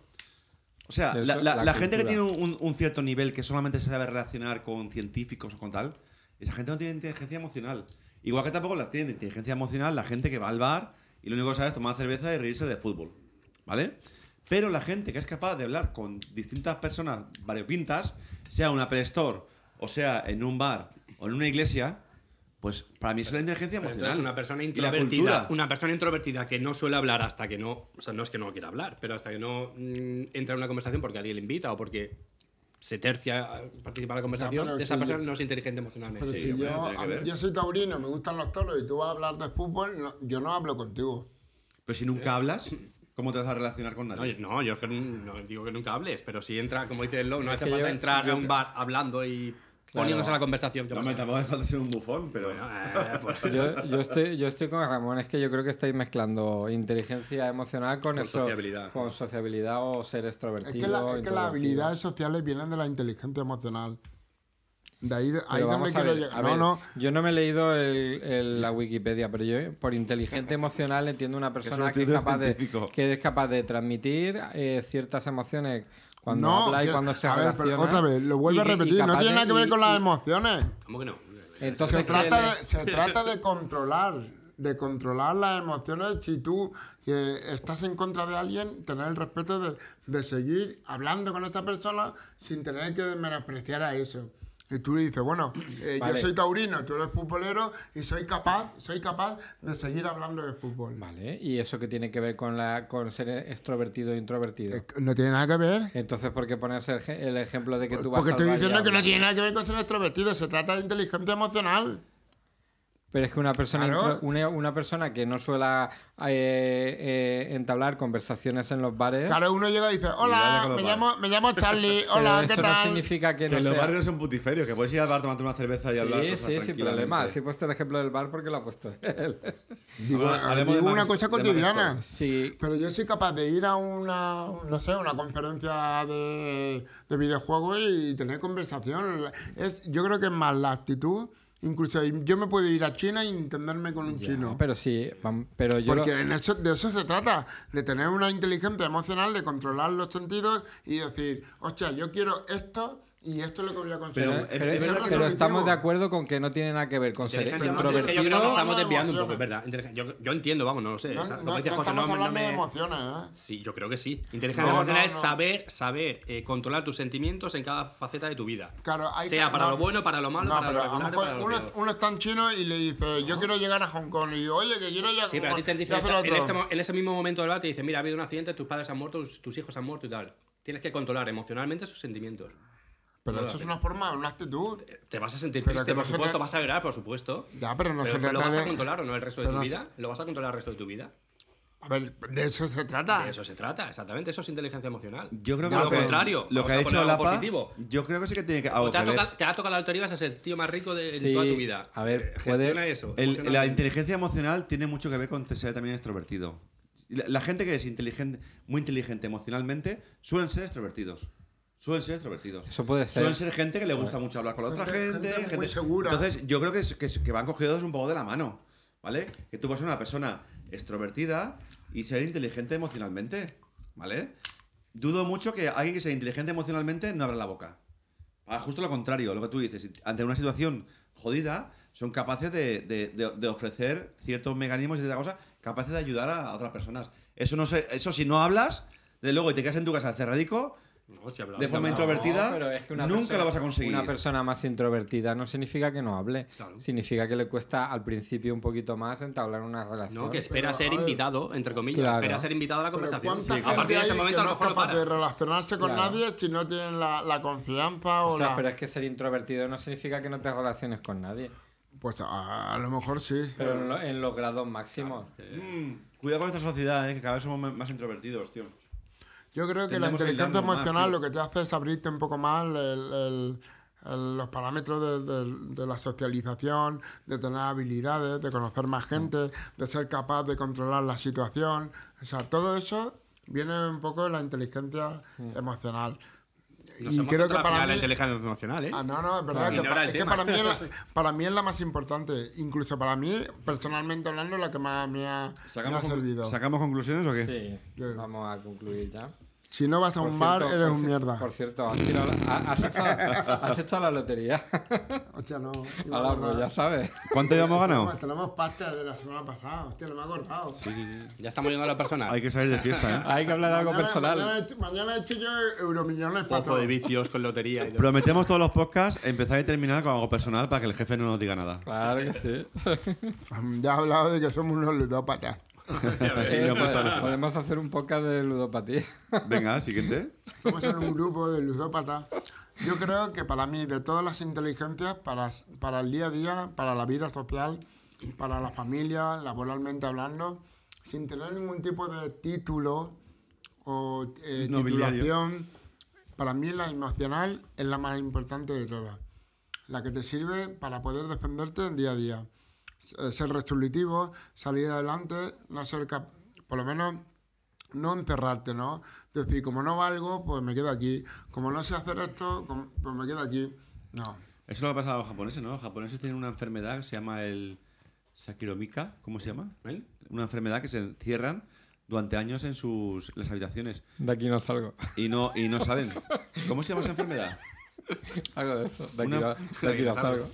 [SPEAKER 3] O sea,
[SPEAKER 1] Eso,
[SPEAKER 3] la, la-
[SPEAKER 1] la
[SPEAKER 3] la gente que
[SPEAKER 1] cultura.
[SPEAKER 3] tiene un, un cierto nivel que solamente se sabe relacionar con científicos o con tal, esa gente no tiene inteligencia emocional. Igual que tampoco la tiene inteligencia emocional la gente que va al bar y lo único que sabe es tomar cerveza y reírse de fútbol. ¿Vale? Pero la gente que es capaz de hablar con distintas personas variopintas, sea en un Apple Store, o sea en un bar, o en una iglesia, pues para mí eso es la inteligencia
[SPEAKER 4] Pero
[SPEAKER 3] emocional.
[SPEAKER 4] entonces una persona
[SPEAKER 3] Y la
[SPEAKER 4] introvertida,
[SPEAKER 3] cultura.
[SPEAKER 4] una persona introvertida que no suele hablar hasta que no, o sea, no es que no quiera hablar, pero hasta que no mm, entra en una conversación porque alguien le invita o porque se tercia a participar en la conversación,
[SPEAKER 2] Ya, pero
[SPEAKER 4] de esa
[SPEAKER 2] si
[SPEAKER 4] persona
[SPEAKER 2] yo-
[SPEAKER 4] no es inteligente emocionalmente.
[SPEAKER 2] Pero
[SPEAKER 3] Sí,
[SPEAKER 2] si
[SPEAKER 3] hombre,
[SPEAKER 2] yo,
[SPEAKER 3] no tiene que
[SPEAKER 2] a ver,
[SPEAKER 3] ver.
[SPEAKER 2] yo soy taurino, me gustan los toros y tú vas a hablar de fútbol, no- yo no hablo contigo.
[SPEAKER 3] Pero si
[SPEAKER 4] Eh.
[SPEAKER 3] nunca hablas, ¿cómo te vas a relacionar con nadie?
[SPEAKER 4] No, yo- no, yo es que n- no digo que nunca hables, pero si entra, como dice Lowe, no
[SPEAKER 1] Es
[SPEAKER 4] hace
[SPEAKER 1] que
[SPEAKER 4] falta
[SPEAKER 1] yo-
[SPEAKER 4] entrar a
[SPEAKER 1] yo-
[SPEAKER 4] un bar hablando y poniéndose a la conversación. ¿qué
[SPEAKER 3] No
[SPEAKER 4] pasa?
[SPEAKER 3] me tampoco hace falta ser un bufón, pero.
[SPEAKER 4] Eh, pues,
[SPEAKER 1] Yo, yo estoy, yo estoy con Ramón, es que yo creo que estáis mezclando inteligencia emocional con,
[SPEAKER 4] Con
[SPEAKER 1] esto-
[SPEAKER 4] sociabilidad.
[SPEAKER 1] con sociabilidad o ser
[SPEAKER 2] Es
[SPEAKER 1] extrovertido.
[SPEAKER 2] que, la- es que
[SPEAKER 1] introvertido.
[SPEAKER 2] las habilidades sociales vienen de la inteligencia emocional. De ahí, ahí
[SPEAKER 1] Pero
[SPEAKER 2] es donde
[SPEAKER 1] vamos a
[SPEAKER 2] quiero
[SPEAKER 1] ver,
[SPEAKER 2] llegar.
[SPEAKER 1] a
[SPEAKER 2] No,
[SPEAKER 1] ver,
[SPEAKER 2] no,
[SPEAKER 1] Yo no me he leído el- el- la Wikipedia, pero yo eh, por inteligente emocional entiendo una persona que es
[SPEAKER 3] título
[SPEAKER 1] capaz de,
[SPEAKER 3] científico.
[SPEAKER 1] que es capaz de transmitir eh, ciertas emociones cuando
[SPEAKER 2] no,
[SPEAKER 1] habla y
[SPEAKER 2] quiero-
[SPEAKER 1] cuando se
[SPEAKER 2] a ver, pero
[SPEAKER 1] relaciona.
[SPEAKER 2] otra vez, lo vuelvo
[SPEAKER 1] y
[SPEAKER 2] a
[SPEAKER 1] que- y
[SPEAKER 2] repetir, no
[SPEAKER 1] capaz
[SPEAKER 2] tiene
[SPEAKER 1] de-
[SPEAKER 2] nada que ver
[SPEAKER 1] y-
[SPEAKER 2] con
[SPEAKER 1] y-
[SPEAKER 2] las emociones.
[SPEAKER 4] ¿Cómo que no?
[SPEAKER 1] Entonces,
[SPEAKER 2] Se
[SPEAKER 1] ¿qué
[SPEAKER 2] trata,
[SPEAKER 1] le-
[SPEAKER 2] de, se trata de controlar, de controlar las emociones. Si tú eh, estás en contra de alguien, tener el respeto de, de seguir hablando con esta persona sin tener que menospreciar a eso. Y tú le dices, bueno, eh,
[SPEAKER 1] Vale.
[SPEAKER 2] yo soy taurino, tú eres futbolero y soy capaz, soy capaz de seguir hablando de fútbol.
[SPEAKER 1] Vale, ¿y eso qué tiene que ver con, la, con ser extrovertido o introvertido?
[SPEAKER 2] Es que No tiene nada que ver.
[SPEAKER 1] Entonces, ¿por qué pones el, ge- el ejemplo de que tú vas
[SPEAKER 2] pues Porque
[SPEAKER 1] al
[SPEAKER 2] estoy
[SPEAKER 1] bar y
[SPEAKER 2] diciendo que no
[SPEAKER 1] hablas?
[SPEAKER 2] tiene nada que ver con ser extrovertido, se trata de inteligencia emocional.
[SPEAKER 1] ¿Eh? Pero es que una persona,
[SPEAKER 2] Claro.
[SPEAKER 1] intro- una, una persona que no suela eh, eh, entablar conversaciones en los bares,
[SPEAKER 2] Claro, uno llega y dice,
[SPEAKER 3] dale
[SPEAKER 2] hola,
[SPEAKER 3] con los
[SPEAKER 2] me
[SPEAKER 3] bares".
[SPEAKER 2] llamo, me llamo Charlie,
[SPEAKER 1] pero
[SPEAKER 2] hola, ¿qué
[SPEAKER 1] eso
[SPEAKER 2] tal?
[SPEAKER 1] no significa que
[SPEAKER 3] Que
[SPEAKER 1] no
[SPEAKER 3] los
[SPEAKER 1] sea...
[SPEAKER 3] barrios son putiferios, que puedes ir al bar, tomarte una cerveza y hablar.
[SPEAKER 1] Sí, sí,
[SPEAKER 3] cosas
[SPEAKER 1] sin problema.
[SPEAKER 3] tranquilamente.
[SPEAKER 1] Sí he puesto el ejemplo del bar porque lo ha puesto él.
[SPEAKER 2] Digo,
[SPEAKER 3] Habla- hablemos
[SPEAKER 2] digo
[SPEAKER 3] de
[SPEAKER 2] una
[SPEAKER 3] Mac-
[SPEAKER 2] cosa
[SPEAKER 3] de Mac Store.
[SPEAKER 2] cotidiana.
[SPEAKER 1] Sí.
[SPEAKER 2] Pero yo soy capaz de ir a una, no sé, una conferencia de, de videojuegos y tener conversación. Es, yo creo que es más la actitud. Incluso yo me puedo ir a China y entenderme con un chino.
[SPEAKER 1] Pero sí, vam- pero yo...
[SPEAKER 2] Porque
[SPEAKER 1] lo-
[SPEAKER 2] en eso- de eso se trata, de tener una inteligencia emocional, de controlar los sentidos y decir, hostia, yo quiero esto y esto es lo que voy a conseguir.
[SPEAKER 3] Pero-
[SPEAKER 1] Pero,
[SPEAKER 3] es
[SPEAKER 1] pero-
[SPEAKER 3] verdad que
[SPEAKER 1] pero
[SPEAKER 2] es
[SPEAKER 1] estamos
[SPEAKER 2] objetivo.
[SPEAKER 1] de acuerdo con que no tiene nada que ver con ser
[SPEAKER 4] Inteligencia emocional, que yo creo que
[SPEAKER 1] introvertido.
[SPEAKER 4] estamos
[SPEAKER 2] No, no,
[SPEAKER 4] desviando un poco, es
[SPEAKER 2] emociones.
[SPEAKER 4] ¿verdad? Inteligen- Yo, yo entiendo, vamos, no lo sé.
[SPEAKER 2] No,
[SPEAKER 4] esa- lo
[SPEAKER 2] no-
[SPEAKER 4] que dice
[SPEAKER 2] no
[SPEAKER 4] José,
[SPEAKER 2] estamos
[SPEAKER 4] no- no
[SPEAKER 2] hablando de
[SPEAKER 4] me-
[SPEAKER 2] emociones, ¿eh?
[SPEAKER 4] Sí, yo creo que sí. Inteligencia
[SPEAKER 2] No,
[SPEAKER 4] emocional
[SPEAKER 2] no,
[SPEAKER 4] es
[SPEAKER 2] no.
[SPEAKER 4] saber, saber eh, controlar tus sentimientos en cada faceta de tu vida.
[SPEAKER 2] Claro, hay
[SPEAKER 4] sea
[SPEAKER 2] que-
[SPEAKER 4] para
[SPEAKER 2] no-
[SPEAKER 4] lo bueno, para lo malo,
[SPEAKER 2] No,
[SPEAKER 4] para lo
[SPEAKER 2] pero a lo
[SPEAKER 4] regular,
[SPEAKER 2] mejor
[SPEAKER 4] para lo
[SPEAKER 2] uno,
[SPEAKER 4] feo.
[SPEAKER 2] uno está en chino y le dice, yo quiero llegar a Hong Kong. Y yo, oye, que quiero llegar
[SPEAKER 4] Sí,
[SPEAKER 2] a
[SPEAKER 4] pero a
[SPEAKER 2] Hong
[SPEAKER 4] ti
[SPEAKER 2] Kong.
[SPEAKER 4] te
[SPEAKER 2] Y
[SPEAKER 4] dicen
[SPEAKER 2] hace
[SPEAKER 4] esta-
[SPEAKER 2] el
[SPEAKER 4] en,
[SPEAKER 2] otro.
[SPEAKER 4] este mo- en ese mismo momento del debate te dicen, mira, ha habido un accidente, tus padres han muerto, tus, tus hijos han muerto y tal. Tienes que controlar emocionalmente sus sentimientos.
[SPEAKER 2] Pero
[SPEAKER 4] eh.
[SPEAKER 2] eso es una forma, una actitud.
[SPEAKER 4] Te vas a sentir
[SPEAKER 2] Pero
[SPEAKER 4] triste,
[SPEAKER 2] que no
[SPEAKER 4] por
[SPEAKER 2] se
[SPEAKER 4] supuesto,
[SPEAKER 2] trata-
[SPEAKER 4] vas a llorar, por supuesto.
[SPEAKER 2] Ya, pero no se
[SPEAKER 4] ¿lo
[SPEAKER 2] trata
[SPEAKER 4] vas a
[SPEAKER 2] de-
[SPEAKER 4] controlar o no el resto de
[SPEAKER 2] pero no
[SPEAKER 4] tu
[SPEAKER 2] se-
[SPEAKER 4] vida? ¿Lo vas a controlar el resto de tu vida?
[SPEAKER 2] A ver, de eso se trata.
[SPEAKER 4] De eso se trata, exactamente. Eso es inteligencia emocional.
[SPEAKER 3] Yo creo que
[SPEAKER 4] No,
[SPEAKER 3] lo,
[SPEAKER 4] lo
[SPEAKER 3] que,
[SPEAKER 4] contrario.
[SPEAKER 3] lo
[SPEAKER 4] vamos
[SPEAKER 3] que
[SPEAKER 4] a
[SPEAKER 3] ha
[SPEAKER 4] poner
[SPEAKER 3] dicho
[SPEAKER 4] algo
[SPEAKER 3] Lapa,
[SPEAKER 4] positivo.
[SPEAKER 3] yo creo que sí que tiene que, algo
[SPEAKER 4] O te,
[SPEAKER 3] que
[SPEAKER 4] ha
[SPEAKER 3] ver.
[SPEAKER 4] tocado, te ha tocado la lotería, vas a ser el tío más rico de en
[SPEAKER 1] Sí,
[SPEAKER 4] toda tu vida.
[SPEAKER 1] a ver,
[SPEAKER 4] Eh,
[SPEAKER 1] puede-
[SPEAKER 4] gestiona eso.
[SPEAKER 3] El-
[SPEAKER 4] funciona
[SPEAKER 3] la
[SPEAKER 4] así.
[SPEAKER 3] inteligencia emocional tiene mucho que ver con ser también extrovertido. La, la gente que es inteligente, muy inteligente emocionalmente suelen ser extrovertidos. Suelen ser extrovertidos.
[SPEAKER 1] Eso puede ser.
[SPEAKER 3] Suelen ser gente que le gusta mucho hablar con la otra
[SPEAKER 2] Gente-
[SPEAKER 3] gente.
[SPEAKER 2] gente muy segura.
[SPEAKER 3] Entonces, yo creo que, es- que, es- que van cogidos un poco de la mano. ¿Vale? Que tú vas a ser una persona extrovertida y ser inteligente emocionalmente. ¿Vale? Dudo mucho que alguien que sea inteligente emocionalmente no abra la boca. Ah, justo lo contrario, lo que tú dices. Ante una situación jodida, son capaces de, de- de- de ofrecer ciertos mecanismos y ciertas cosas capaces de ayudar a, a otras personas. Eso no sé, eso si no hablas, de luego y te quedas en tu casa cerradico,
[SPEAKER 4] No, si hablaba-
[SPEAKER 3] de forma
[SPEAKER 4] no,
[SPEAKER 3] introvertida,
[SPEAKER 1] pero es que una
[SPEAKER 3] nunca
[SPEAKER 1] persona-
[SPEAKER 3] lo vas a conseguir.
[SPEAKER 1] Una persona más introvertida no significa que no hable.
[SPEAKER 4] Claro.
[SPEAKER 1] Significa que le cuesta al principio un poquito más entablar una relación.
[SPEAKER 4] No, que espera
[SPEAKER 2] Pero,
[SPEAKER 4] ser
[SPEAKER 2] a ver.
[SPEAKER 4] invitado, entre comillas.
[SPEAKER 1] Claro.
[SPEAKER 4] Espera ser invitado a la
[SPEAKER 2] Pero
[SPEAKER 4] conversación.
[SPEAKER 2] ¿cuánta
[SPEAKER 4] a
[SPEAKER 2] gente
[SPEAKER 4] partir de ese
[SPEAKER 2] hay
[SPEAKER 4] momento
[SPEAKER 2] que
[SPEAKER 4] a lo mejor
[SPEAKER 2] no
[SPEAKER 4] lo
[SPEAKER 2] es capaz de
[SPEAKER 4] para.
[SPEAKER 2] relacionarse con
[SPEAKER 1] Claro.
[SPEAKER 2] nadie si no tienen la, la confianza o,
[SPEAKER 1] O sea,
[SPEAKER 2] la...
[SPEAKER 1] pero es que ser introvertido no significa que no te relaciones con nadie.
[SPEAKER 2] Pues a, a lo mejor sí.
[SPEAKER 1] Pero en, lo- en los grados máximos.
[SPEAKER 3] Mm, cuidado con esta sociedad, eh, que cada vez somos más introvertidos, tío.
[SPEAKER 2] Yo creo que la
[SPEAKER 3] Tendremos que
[SPEAKER 2] inteligencia
[SPEAKER 3] aislarnos más,
[SPEAKER 2] emocional
[SPEAKER 3] tío.
[SPEAKER 2] lo que te hace es abrirte un poco más el, el- el- los parámetros de, de- de la socialización, de tener habilidades, de conocer más gente, de ser capaz de controlar la situación. O sea, todo eso viene un poco de la inteligencia emocional.
[SPEAKER 4] Nos hemos centrado al final en la inteligencia emocional, ¿eh?
[SPEAKER 2] Ah, no, no, es verdad. que
[SPEAKER 4] Ignora
[SPEAKER 2] pa-
[SPEAKER 4] el
[SPEAKER 2] es que
[SPEAKER 4] tema.
[SPEAKER 2] para mí, es la, para mí es la más importante. Incluso para mí, personalmente hablando, la que más me ha, me ha
[SPEAKER 3] ¿Sacamos, conclu-
[SPEAKER 2] servido.
[SPEAKER 3] ¿Sacamos conclusiones o qué?
[SPEAKER 1] Sí,
[SPEAKER 2] Yo-
[SPEAKER 1] vamos a concluir ya.
[SPEAKER 2] Si no vas a
[SPEAKER 1] Por
[SPEAKER 2] un bar,
[SPEAKER 1] cierto,
[SPEAKER 2] eres
[SPEAKER 1] por
[SPEAKER 2] un
[SPEAKER 1] ci-
[SPEAKER 2] mierda.
[SPEAKER 1] Por cierto, has, tirado la- ha- has echado, has echado la lotería.
[SPEAKER 2] Hostia, no.
[SPEAKER 1] Ala, pues ya sabes.
[SPEAKER 3] ¿Cuánto llevamos ganado?
[SPEAKER 2] Tenemos pasta de la semana pasada. Hostia, no me he acordado.
[SPEAKER 4] Ya estamos llegando a lo personal.
[SPEAKER 3] Hay que salir de fiesta, ¿eh?
[SPEAKER 1] Hay que hablar de algo
[SPEAKER 2] Mañana-
[SPEAKER 1] personal.
[SPEAKER 2] Mañana, he hecho- mañana he hecho yo euromillones para
[SPEAKER 4] Pozo de
[SPEAKER 2] todos.
[SPEAKER 4] vicios con lotería. Y todo.
[SPEAKER 3] Prometemos todos los podcasts empezar y terminar con algo personal para que el jefe no nos diga nada.
[SPEAKER 1] Claro que sí.
[SPEAKER 2] Ya he hablado de que somos unos ludópatas.
[SPEAKER 1] Eh, pod- podemos hacer un podcast de ludopatía.
[SPEAKER 3] Venga, siguiente.
[SPEAKER 2] Somos en un grupo de ludópatas. Yo creo que para mí, de todas las inteligencias, para, para el día a día, para la vida social, para la familia, laboralmente hablando, sin tener ningún tipo de título o eh,
[SPEAKER 3] Nobiliario.
[SPEAKER 2] titulación, para mí la emocional es la más importante de todas. La que te sirve para poder defenderte el día a día. Eh, Ser resolutivo, salir adelante, no ser cap- por lo menos no encerrarte, ¿no? Decir, como no valgo, pues me quedo aquí. Como no sé hacer esto, com- pues me quedo aquí. No.
[SPEAKER 3] Eso es lo que pasa a los japoneses, ¿no? Los japoneses tienen una enfermedad que se llama el Sakiromika, ¿cómo se llama?
[SPEAKER 4] ¿Eh?
[SPEAKER 3] Una enfermedad que se encierran durante años en sus las habitaciones
[SPEAKER 1] De aquí no salgo.
[SPEAKER 3] y no y no salen. ¿Cómo se llama esa enfermedad?
[SPEAKER 1] Algo de eso. De aquí,
[SPEAKER 3] Una-
[SPEAKER 1] no, de aquí no salgo.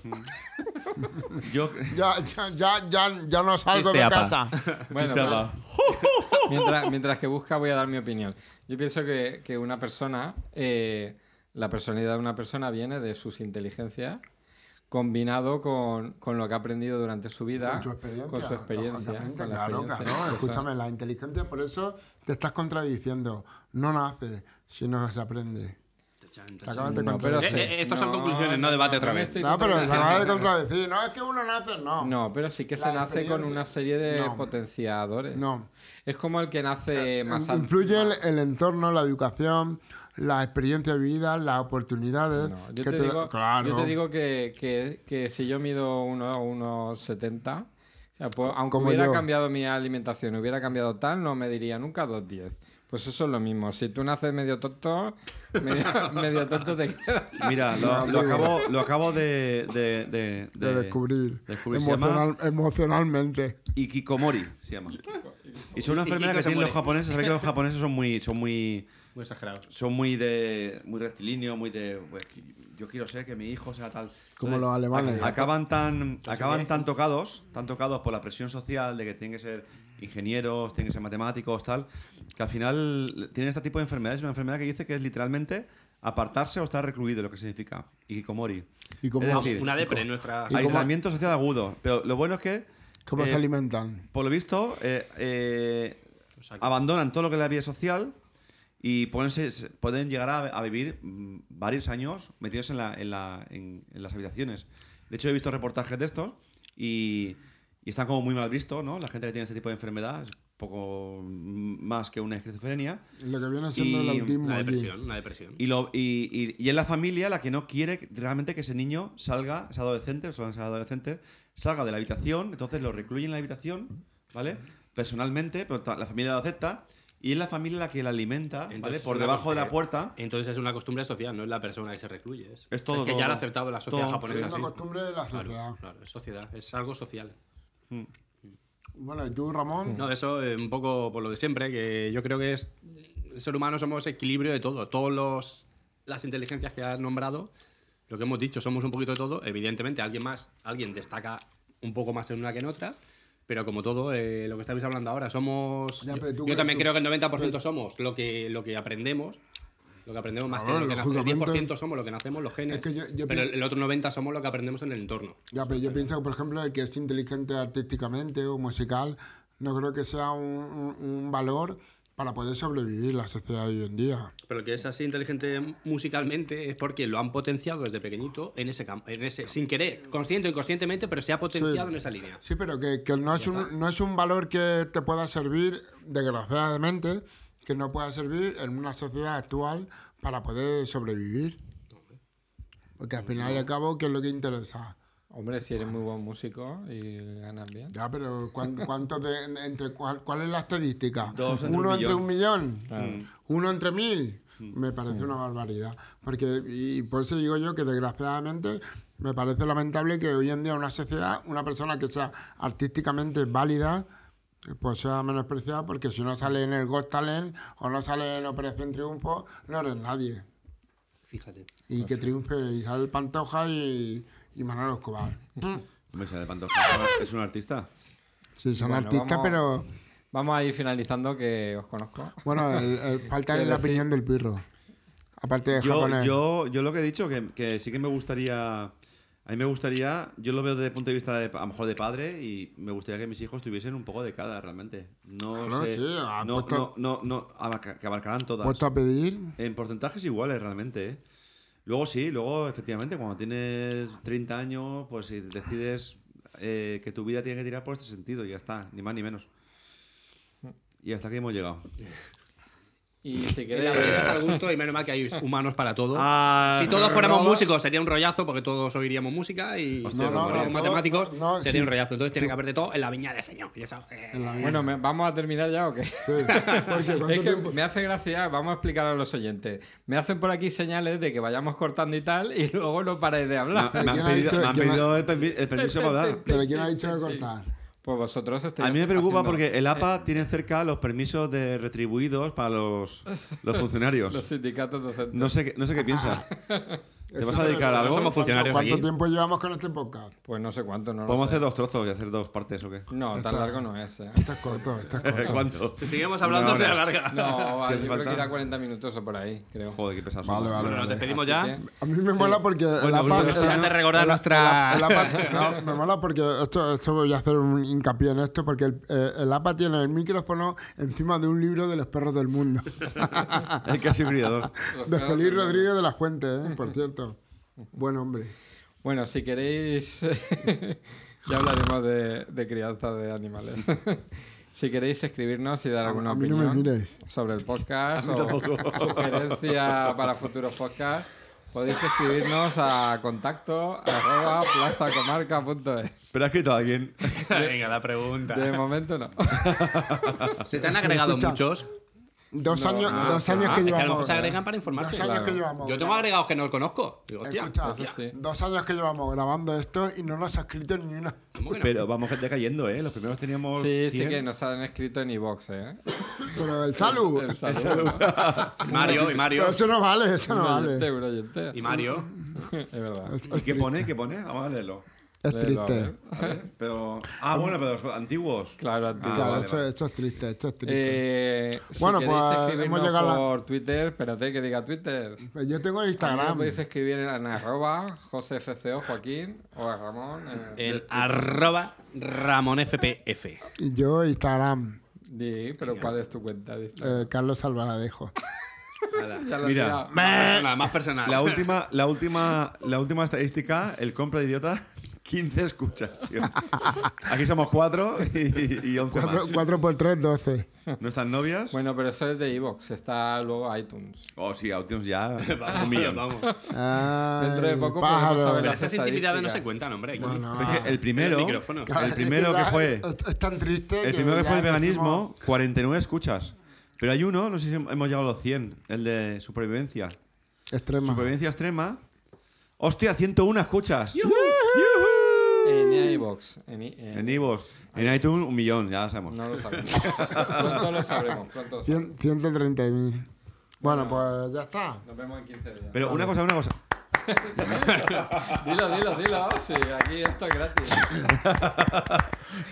[SPEAKER 3] Yo
[SPEAKER 2] Ya, ya, ya, ya, ya no salgo
[SPEAKER 4] Chiste
[SPEAKER 2] de
[SPEAKER 4] apa.
[SPEAKER 2] casa.
[SPEAKER 1] Bueno,
[SPEAKER 3] Chiste,
[SPEAKER 1] pues,
[SPEAKER 3] va.
[SPEAKER 1] mientras, mientras que busca voy a dar mi opinión. Yo pienso que, que una persona, eh, la personalidad de una persona viene de sus inteligencias combinado con, con lo que ha aprendido durante su vida, con su experiencia.
[SPEAKER 2] lógicamente,
[SPEAKER 1] con la
[SPEAKER 2] claro,
[SPEAKER 1] experiencia.
[SPEAKER 2] claro.
[SPEAKER 1] Eso-
[SPEAKER 2] Escúchame, la inteligencia, por eso te estás contradiciendo. No nace, sino que se aprende. Te acabas de
[SPEAKER 1] No, pero
[SPEAKER 2] contradecir.
[SPEAKER 1] sí.
[SPEAKER 4] Eh, eh, estos son conclusiones, no debate otra
[SPEAKER 1] me
[SPEAKER 4] vez.
[SPEAKER 1] estoy
[SPEAKER 2] No, pero se
[SPEAKER 1] contradiciendo.
[SPEAKER 2] acabas de contradecir. No, es que uno nace, no.
[SPEAKER 1] No, pero sí que
[SPEAKER 2] La
[SPEAKER 1] se nace con
[SPEAKER 2] experiencia-
[SPEAKER 1] una serie de
[SPEAKER 2] No.
[SPEAKER 1] potenciadores.
[SPEAKER 2] No. Eh,
[SPEAKER 1] Es como el que nace más alto.
[SPEAKER 2] Influye el, el entorno, la educación, la experiencia vivida, las oportunidades.
[SPEAKER 1] No, yo,
[SPEAKER 2] que
[SPEAKER 1] te digo,
[SPEAKER 2] claro.
[SPEAKER 1] yo te digo que, que- que si yo mido uno- unos 70, o sea, pues, aunque
[SPEAKER 2] Como
[SPEAKER 1] hubiera
[SPEAKER 2] yo.
[SPEAKER 1] cambiado mi alimentación, hubiera cambiado tal, no me diría nunca 210. Pues eso es lo mismo. Si tú naces medio tonto, medio, medio tonto te quedas.
[SPEAKER 3] Mira, lo, lo acabo lo acabo de de, de-
[SPEAKER 2] de descubrir,
[SPEAKER 3] descubrir. Se llama
[SPEAKER 2] emocional- emocionalmente.
[SPEAKER 3] Ikikomori, se llama. Y son una
[SPEAKER 4] Ikiko
[SPEAKER 3] enfermedad que
[SPEAKER 4] se
[SPEAKER 3] tienen los
[SPEAKER 4] muere.
[SPEAKER 3] japoneses. Sabéis que los japoneses son muy son muy
[SPEAKER 4] Muy exagerados.
[SPEAKER 3] son muy de muy rectilíneos, muy de pues, yo quiero ser que mi hijo sea tal.
[SPEAKER 2] Como los alemanes.
[SPEAKER 3] ac- Acaban tan acaban tan tocados, tan tocados por la presión social de que tienen que ser ingenieros, tienen que ser matemáticos, tal, que al final tienen este tipo de enfermedades, una enfermedad que dice que es literalmente apartarse o estar recluido, lo que significa hikikomori.
[SPEAKER 2] Y como,
[SPEAKER 3] Es
[SPEAKER 4] Ah,
[SPEAKER 3] decir,
[SPEAKER 4] Una depre, nuestra.
[SPEAKER 2] y como-
[SPEAKER 3] aislamiento social agudo, pero lo bueno es que
[SPEAKER 2] cómo
[SPEAKER 3] eh,
[SPEAKER 2] se alimentan.
[SPEAKER 3] por lo visto, eh, eh,
[SPEAKER 4] sea, que-
[SPEAKER 3] abandonan todo lo que es la vida social y pueden, ser- se- pueden llegar a, a vivir mm, varios años metidos en, la- en la- en- en las habitaciones. De hecho, he visto reportajes de estos y, y están como muy mal vistos, ¿no? La gente que tiene este tipo de enfermedad es poco mm, más que una esquizofrenia.
[SPEAKER 2] Lo que viene siendo
[SPEAKER 3] y
[SPEAKER 2] el autismo
[SPEAKER 4] Una
[SPEAKER 2] aquí.
[SPEAKER 4] depresión, una depresión.
[SPEAKER 3] Y, lo, y, y- y es la familia la que no quiere que- realmente que ese niño salga, ese adolescente, son adolescentes, salga de la habitación, entonces lo recluyen en la habitación, ¿vale? Personalmente, pero ta- la familia lo acepta, y es la familia la que la alimenta, ¿vale?
[SPEAKER 4] Entonces,
[SPEAKER 3] Por
[SPEAKER 4] es una eh,
[SPEAKER 3] debajo de la
[SPEAKER 4] costumbre.
[SPEAKER 3] puerta.
[SPEAKER 4] Entonces es una costumbre social, no es la persona que se recluye. Es,
[SPEAKER 3] Es todo,
[SPEAKER 4] que
[SPEAKER 3] todo,
[SPEAKER 4] ya lo ha
[SPEAKER 3] todo.
[SPEAKER 4] aceptado la sociedad
[SPEAKER 3] Todo,
[SPEAKER 2] Es
[SPEAKER 4] japonesa.
[SPEAKER 2] una
[SPEAKER 4] sí.
[SPEAKER 2] costumbre de la sociedad.
[SPEAKER 4] Claro, claro, es sociedad, es algo social.
[SPEAKER 2] Bueno, y tú, Ramón,
[SPEAKER 4] No, eso eh, un poco por lo de siempre, que yo creo que es el ser humano somos equilibrio de todo. Todos los las inteligencias que has nombrado, lo que hemos dicho, somos un poquito de todo. Evidentemente, alguien más, alguien destaca un poco más en una que en otras. Pero como todo, eh, lo que estáis hablando ahora, somos...
[SPEAKER 2] Ya,
[SPEAKER 4] yo-
[SPEAKER 2] pero tú
[SPEAKER 4] yo
[SPEAKER 2] crees-
[SPEAKER 4] también
[SPEAKER 2] tú-
[SPEAKER 4] creo que el 90% somos lo que, lo que aprendemos, lo que aprendemos más
[SPEAKER 2] Claro,
[SPEAKER 4] que lo que nacemos. El
[SPEAKER 2] lógicamente.
[SPEAKER 4] 10% somos lo que nacemos, los genes,
[SPEAKER 2] Es que yo- yo
[SPEAKER 4] pero
[SPEAKER 2] pi-
[SPEAKER 4] el otro 90% somos lo que aprendemos en el entorno.
[SPEAKER 2] ya, pero yo pienso que, por ejemplo, el que es inteligente artísticamente o musical, no creo que sea un, un- un valor para poder sobrevivir la sociedad de hoy en día.
[SPEAKER 4] Pero el que es así inteligente musicalmente es porque lo han potenciado desde pequeñito en ese campo, en ese, sin querer, consciente o inconscientemente, pero se ha potenciado
[SPEAKER 2] Sí.
[SPEAKER 4] en esa línea.
[SPEAKER 2] Sí, pero que, que no, es un, no es un valor que te pueda servir, desgraciadamente, que no pueda servir en una sociedad actual para poder sobrevivir. Porque al final y al cabo, ¿qué es lo que interesa?
[SPEAKER 1] Hombre, si eres muy buen músico y ganas bien.
[SPEAKER 2] Ya, pero ¿cuán- ¿cuánto de, en- entre, cuál, cuál es la estadística?
[SPEAKER 3] Dos entre
[SPEAKER 2] ¿Uno
[SPEAKER 3] un
[SPEAKER 2] entre
[SPEAKER 3] millón.
[SPEAKER 2] un millón? Mm. ¿Uno entre mil? Mm. Me parece una barbaridad. Porque, y por eso digo yo que desgraciadamente me parece lamentable que hoy en día una sociedad, una persona que sea artísticamente válida, pues sea menospreciada, porque si no sale en el Ghost Talent o no sale en Operación Triunfo, no eres nadie.
[SPEAKER 4] Fíjate.
[SPEAKER 2] Y que triunfe Isabel Pantoja y, y Manolo Escobar.
[SPEAKER 3] Hombre, Isabel Pantoja es un artista.
[SPEAKER 2] Sí, son
[SPEAKER 1] Bueno,
[SPEAKER 2] artistas,
[SPEAKER 1] vamos-
[SPEAKER 2] pero...
[SPEAKER 1] Vamos a ir finalizando, que os conozco.
[SPEAKER 2] Bueno, el, el- falta
[SPEAKER 1] Quiero
[SPEAKER 2] la
[SPEAKER 1] decir-
[SPEAKER 2] opinión del pirro. Aparte de
[SPEAKER 3] Yo,
[SPEAKER 2] japonés.
[SPEAKER 3] yo, yo lo que he dicho, que, que sí que me gustaría. A mí me gustaría, yo lo veo desde el punto de vista de, a lo mejor de padre, y me gustaría que mis hijos tuviesen un poco de cada, realmente. No
[SPEAKER 2] Claro,
[SPEAKER 3] sé.
[SPEAKER 2] sí, ha
[SPEAKER 3] no,
[SPEAKER 2] puesto-
[SPEAKER 3] no, no, no, abarca- que abarcaran todas.
[SPEAKER 2] Puesto a pedir,
[SPEAKER 3] En porcentajes iguales, realmente. ¿eh? Luego sí, luego efectivamente, cuando tienes 30 años, pues si decides eh, que tu vida tiene que tirar por este sentido, y ya está, ni más ni menos.
[SPEAKER 1] Mm.
[SPEAKER 3] Y hasta aquí hemos llegado.
[SPEAKER 1] Y si
[SPEAKER 4] Que
[SPEAKER 2] Eh.
[SPEAKER 4] la
[SPEAKER 1] queréis,
[SPEAKER 4] verdad al gusto y menos mal que hay humanos para todo.
[SPEAKER 3] Ah,
[SPEAKER 4] si todos fuéramos
[SPEAKER 3] roba.
[SPEAKER 4] músicos sería un rollazo porque todos oiríamos música y
[SPEAKER 3] Hostia,
[SPEAKER 4] si
[SPEAKER 3] no,
[SPEAKER 4] fuéramos
[SPEAKER 3] no,
[SPEAKER 4] matemáticos
[SPEAKER 2] no, no,
[SPEAKER 4] sería
[SPEAKER 2] sí.
[SPEAKER 4] un rollazo. Entonces tiene que haber de todo en la viña de señor. Y eso, eh,
[SPEAKER 2] en la vida.
[SPEAKER 1] bueno, me- vamos a terminar ya o qué?
[SPEAKER 2] Sí. Porque ¿cuánto
[SPEAKER 1] Es que
[SPEAKER 2] tiempo?
[SPEAKER 1] me hace gracia, vamos a explicar a los oyentes. Me hacen por aquí señales de que vayamos cortando y tal, y luego no paráis de
[SPEAKER 3] Me,
[SPEAKER 1] hablar.
[SPEAKER 3] me
[SPEAKER 2] ¿Quién
[SPEAKER 3] han
[SPEAKER 2] ha
[SPEAKER 3] pedido,
[SPEAKER 2] dicho-
[SPEAKER 3] me han
[SPEAKER 2] quién ha-
[SPEAKER 3] pedido el, permi- el permiso para hablar.
[SPEAKER 2] Pero ¿quién ha dicho de cortar?
[SPEAKER 1] Pues vosotros estáis.
[SPEAKER 3] A mí me preocupa
[SPEAKER 1] haciendo-
[SPEAKER 3] porque el
[SPEAKER 1] Eh.
[SPEAKER 3] APA tiene cerca los permisos de retribuidos para los, los
[SPEAKER 1] Los
[SPEAKER 3] funcionarios.
[SPEAKER 1] sindicatos docentes.
[SPEAKER 3] No sé, qué- no sé qué piensas. ¿Te vas a dedicar a
[SPEAKER 4] no somos
[SPEAKER 3] algo?
[SPEAKER 4] funcionarios
[SPEAKER 2] ¿Cuánto
[SPEAKER 4] aquí.
[SPEAKER 2] tiempo llevamos con este podcast?
[SPEAKER 1] Pues no sé cuánto, no lo
[SPEAKER 3] ¿Podemos
[SPEAKER 1] sé.
[SPEAKER 3] hacer dos trozos y hacer dos partes o qué?
[SPEAKER 1] No, tan largo no es. eh.
[SPEAKER 2] Estás corto, estás corto.
[SPEAKER 3] ¿Cuánto?
[SPEAKER 4] Si seguimos
[SPEAKER 3] Una
[SPEAKER 4] hablando se
[SPEAKER 3] hora.
[SPEAKER 4] alarga.
[SPEAKER 1] No,
[SPEAKER 3] Si hace
[SPEAKER 1] yo creo que
[SPEAKER 3] falta.
[SPEAKER 1] irá 40 minutos o por ahí, creo.
[SPEAKER 3] Joder, qué pesado.
[SPEAKER 2] Vale,
[SPEAKER 3] somos.
[SPEAKER 2] vale,
[SPEAKER 4] Bueno, nos
[SPEAKER 2] vale.
[SPEAKER 4] despedimos
[SPEAKER 1] Así
[SPEAKER 4] ya.
[SPEAKER 1] que-
[SPEAKER 2] A mí me mola porque
[SPEAKER 3] Bueno,
[SPEAKER 2] la
[SPEAKER 3] pues,
[SPEAKER 2] parte-
[SPEAKER 3] pero si
[SPEAKER 2] la-
[SPEAKER 3] antes
[SPEAKER 4] recordar
[SPEAKER 2] la-
[SPEAKER 4] nuestra-
[SPEAKER 2] la- la parte- no, me mola porque esto, esto voy a hacer un hincapié en esto porque el, eh, el APA tiene el micrófono encima de un libro de los perros del mundo.
[SPEAKER 3] El casi brillador.
[SPEAKER 2] de Feliz Rodríguez de la Fuente, ¿eh? por cierto. Buen hombre.
[SPEAKER 1] Bueno, si queréis, ya hablaremos de, de crianza de animales. si queréis escribirnos y dar alguna
[SPEAKER 2] a mí no me
[SPEAKER 1] opinión
[SPEAKER 2] mires.
[SPEAKER 1] sobre el podcast o sugerencia para futuros podcasts, podéis escribirnos a contacto arroba plazacomarca.es.
[SPEAKER 3] Pero ha escrito alguien.
[SPEAKER 4] Venga, la pregunta.
[SPEAKER 1] De momento no.
[SPEAKER 4] ¿Se te han agregado
[SPEAKER 2] Escucha.
[SPEAKER 4] muchos?
[SPEAKER 2] Dos años,
[SPEAKER 1] ah,
[SPEAKER 2] dos años
[SPEAKER 4] Ah,
[SPEAKER 2] que
[SPEAKER 4] es que a lo
[SPEAKER 2] llevamos.
[SPEAKER 4] mejor se agregan para
[SPEAKER 2] dos
[SPEAKER 4] informarse.
[SPEAKER 2] años que llevamos.
[SPEAKER 4] Yo tengo
[SPEAKER 2] grabando.
[SPEAKER 4] agregados que no conozco. Digo, hostia, pues,
[SPEAKER 2] Escucha,
[SPEAKER 1] eso sí.
[SPEAKER 2] dos años que llevamos grabando esto y no nos ha escrito ni una.
[SPEAKER 4] ¿cómo que no?
[SPEAKER 3] Pero vamos ya cayendo, ¿eh? Los primeros teníamos.
[SPEAKER 1] Sí, sí
[SPEAKER 3] 100.
[SPEAKER 1] que nos han escrito en iVox, ¿eh?
[SPEAKER 2] Pero el chalu.
[SPEAKER 1] El saludo.
[SPEAKER 4] Mario y Mario.
[SPEAKER 2] Pero eso no vale, eso no
[SPEAKER 1] Un oyente,
[SPEAKER 2] vale.
[SPEAKER 1] un oyente.
[SPEAKER 4] Y Mario.
[SPEAKER 1] Es verdad.
[SPEAKER 3] ¿Y qué pone? ¿Qué pone? Vamos a leerlo.
[SPEAKER 2] Es
[SPEAKER 1] Léelo, a
[SPEAKER 2] triste.
[SPEAKER 1] ver.
[SPEAKER 3] A ver, pero. Ah, bueno, pero los antiguos.
[SPEAKER 1] ¿eh? Claro, a ti.
[SPEAKER 3] Ah,
[SPEAKER 2] Claro,
[SPEAKER 3] vale,
[SPEAKER 2] esto
[SPEAKER 3] vale.
[SPEAKER 2] esto es triste, esto es triste.
[SPEAKER 1] Eh,
[SPEAKER 2] Bueno,
[SPEAKER 1] si queréis
[SPEAKER 2] pues, hemos
[SPEAKER 1] escribirnos
[SPEAKER 2] llegado a la-
[SPEAKER 1] por Twitter, espérate que diga Twitter.
[SPEAKER 2] Pues Yo tengo el
[SPEAKER 1] También lo
[SPEAKER 2] Instagram.
[SPEAKER 1] podéis escribir en arroba josefco Joaquín o a Ramón. eh,
[SPEAKER 4] El arroba ramonfpf.
[SPEAKER 2] Y Yo Instagram,
[SPEAKER 1] di, pero ¿cuál es tu cuenta? Di.
[SPEAKER 2] eh, Carlos Alvaradejo.
[SPEAKER 4] Nada.
[SPEAKER 1] Ya lo he
[SPEAKER 3] mira.
[SPEAKER 1] mirado.
[SPEAKER 4] Más personal, más personal.
[SPEAKER 3] La última, la última, la última estadística, el compra de idiota, 15 escuchas, tío. Aquí somos 4 y, y 11 más.
[SPEAKER 2] 4 por 3, 12.
[SPEAKER 3] Nuestras novias.
[SPEAKER 1] Bueno, pero eso es de iVoox, está luego iTunes.
[SPEAKER 3] Oh, sí, Autios ya.
[SPEAKER 4] Vamos,
[SPEAKER 3] Un millón.
[SPEAKER 4] vamos.
[SPEAKER 1] Dentro de poco podemos saber
[SPEAKER 4] Pero
[SPEAKER 1] las
[SPEAKER 4] esas intimidades no
[SPEAKER 1] estadísticas.
[SPEAKER 4] se cuentan, hombre.
[SPEAKER 2] No, no.
[SPEAKER 3] Pero es que el primero.
[SPEAKER 4] El micrófono.
[SPEAKER 3] el primero que fue.
[SPEAKER 2] Es, es tan triste.
[SPEAKER 3] El primero que
[SPEAKER 2] ya
[SPEAKER 3] fue el
[SPEAKER 4] pues,
[SPEAKER 2] decimos-
[SPEAKER 3] veganismo, 49 escuchas. Pero hay uno, no sé si hemos llegado a los 100, el de supervivencia.
[SPEAKER 2] Extrema.
[SPEAKER 3] Supervivencia extrema. Hostia, 101 escuchas.
[SPEAKER 1] En iVoox. En, i- en-
[SPEAKER 3] En Ivos. En iTunes, un millón, ya sabemos.
[SPEAKER 1] No lo sabemos. pronto lo sabremos. Pronto lo sabremos.
[SPEAKER 2] 130.000. Bueno, pues ya está.
[SPEAKER 1] Nos vemos en 15 días.
[SPEAKER 3] Pero una cosa, una cosa.
[SPEAKER 1] Dilo, dilo, dilo. Sí, aquí esto es gratis.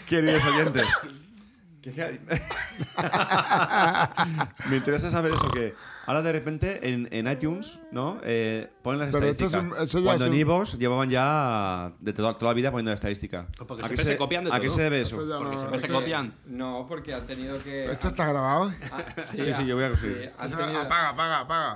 [SPEAKER 3] Queridos oyentes. que- que- Me interesa saber eso que ahora de repente en, en iTunes, ¿no? Eh, ponen las
[SPEAKER 2] Pero esto es
[SPEAKER 3] estadísticas.
[SPEAKER 2] un- eso ya
[SPEAKER 3] Cuando
[SPEAKER 2] es
[SPEAKER 3] en
[SPEAKER 2] un-
[SPEAKER 3] Evox llevaban ya de toda, toda la vida poniendo estadísticas.
[SPEAKER 4] Pues porque
[SPEAKER 3] ¿A qué
[SPEAKER 4] siempre se copian de
[SPEAKER 3] ¿A qué
[SPEAKER 4] todo.
[SPEAKER 3] se debe eso?
[SPEAKER 2] Esto ya
[SPEAKER 4] Porque
[SPEAKER 2] no-
[SPEAKER 4] siempre se
[SPEAKER 1] Porque-
[SPEAKER 4] copian.
[SPEAKER 1] No, porque han tenido que.
[SPEAKER 2] ¿Esto está grabado?
[SPEAKER 1] Ah,
[SPEAKER 3] Sí, sí, yo voy a conseguir.
[SPEAKER 1] eh, han tenido-
[SPEAKER 2] apaga, apaga.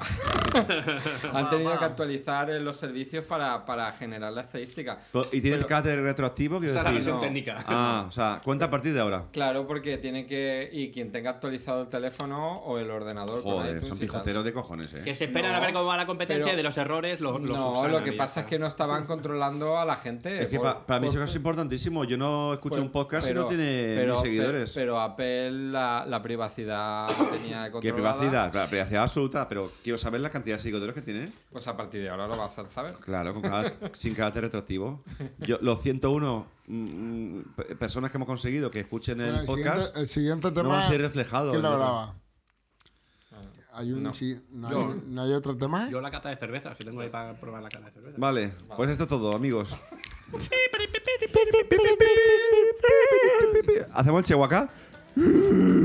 [SPEAKER 1] Han tenido que actualizar eh, los servicios para, para generar la estadística.
[SPEAKER 3] Pero- ¿Y tiene
[SPEAKER 1] Pero-
[SPEAKER 3] el carácter retroactivo? Quiero
[SPEAKER 4] Esa es la
[SPEAKER 3] decir.
[SPEAKER 4] versión
[SPEAKER 1] no.
[SPEAKER 4] técnica.
[SPEAKER 3] Ah, o sea, cuenta a partir de ahora.
[SPEAKER 1] Claro, porque tienen que. Y quien tenga actualizado el teléfono o el ordenador con
[SPEAKER 3] Joder,
[SPEAKER 1] iTunes
[SPEAKER 3] son
[SPEAKER 1] y tal,
[SPEAKER 3] certero de cojones, ¿eh?
[SPEAKER 4] Que se esperan
[SPEAKER 1] No,
[SPEAKER 4] a ver cómo va la competencia
[SPEAKER 1] pero-
[SPEAKER 4] y de los errores los los
[SPEAKER 1] No,
[SPEAKER 4] subsanan
[SPEAKER 1] lo que
[SPEAKER 4] y ya
[SPEAKER 1] pasa es
[SPEAKER 4] está.
[SPEAKER 1] que no estaban controlando a la gente.
[SPEAKER 3] Es que
[SPEAKER 1] por-
[SPEAKER 3] pa- para mí
[SPEAKER 1] por-
[SPEAKER 3] eso es importantísimo. Yo no escucho
[SPEAKER 1] por-
[SPEAKER 3] un podcast
[SPEAKER 1] pero-
[SPEAKER 3] y no tiene
[SPEAKER 1] pero-
[SPEAKER 3] mil seguidores.
[SPEAKER 1] Pero, Apple la, la privacidad tenía controlada.
[SPEAKER 3] ¿Qué privacidad? Claro, privacidad absoluta, pero quiero saber la cantidad de seguidores que tiene.
[SPEAKER 1] Pues a partir de ahora lo vas a saber.
[SPEAKER 3] Claro, con cada- sin carácter retroactivo. Yo, los 101 mm, mm, pe- personas que hemos conseguido que escuchen el
[SPEAKER 2] Bueno, el
[SPEAKER 3] podcast
[SPEAKER 2] siguiente, el siguiente tema.
[SPEAKER 3] no va a ser reflejado.
[SPEAKER 2] ¿Quién
[SPEAKER 3] en
[SPEAKER 2] lo
[SPEAKER 3] otro.
[SPEAKER 2] graba? Hay un,
[SPEAKER 1] No.
[SPEAKER 2] sí- no,
[SPEAKER 4] Yo.
[SPEAKER 2] hay, no hay otro tema.
[SPEAKER 4] Yo la cata de cervezas, que tengo ahí para probar la cata de cervezas.
[SPEAKER 3] Vale, pues esto es todo, amigos. ¿Hacemos el chihuahua?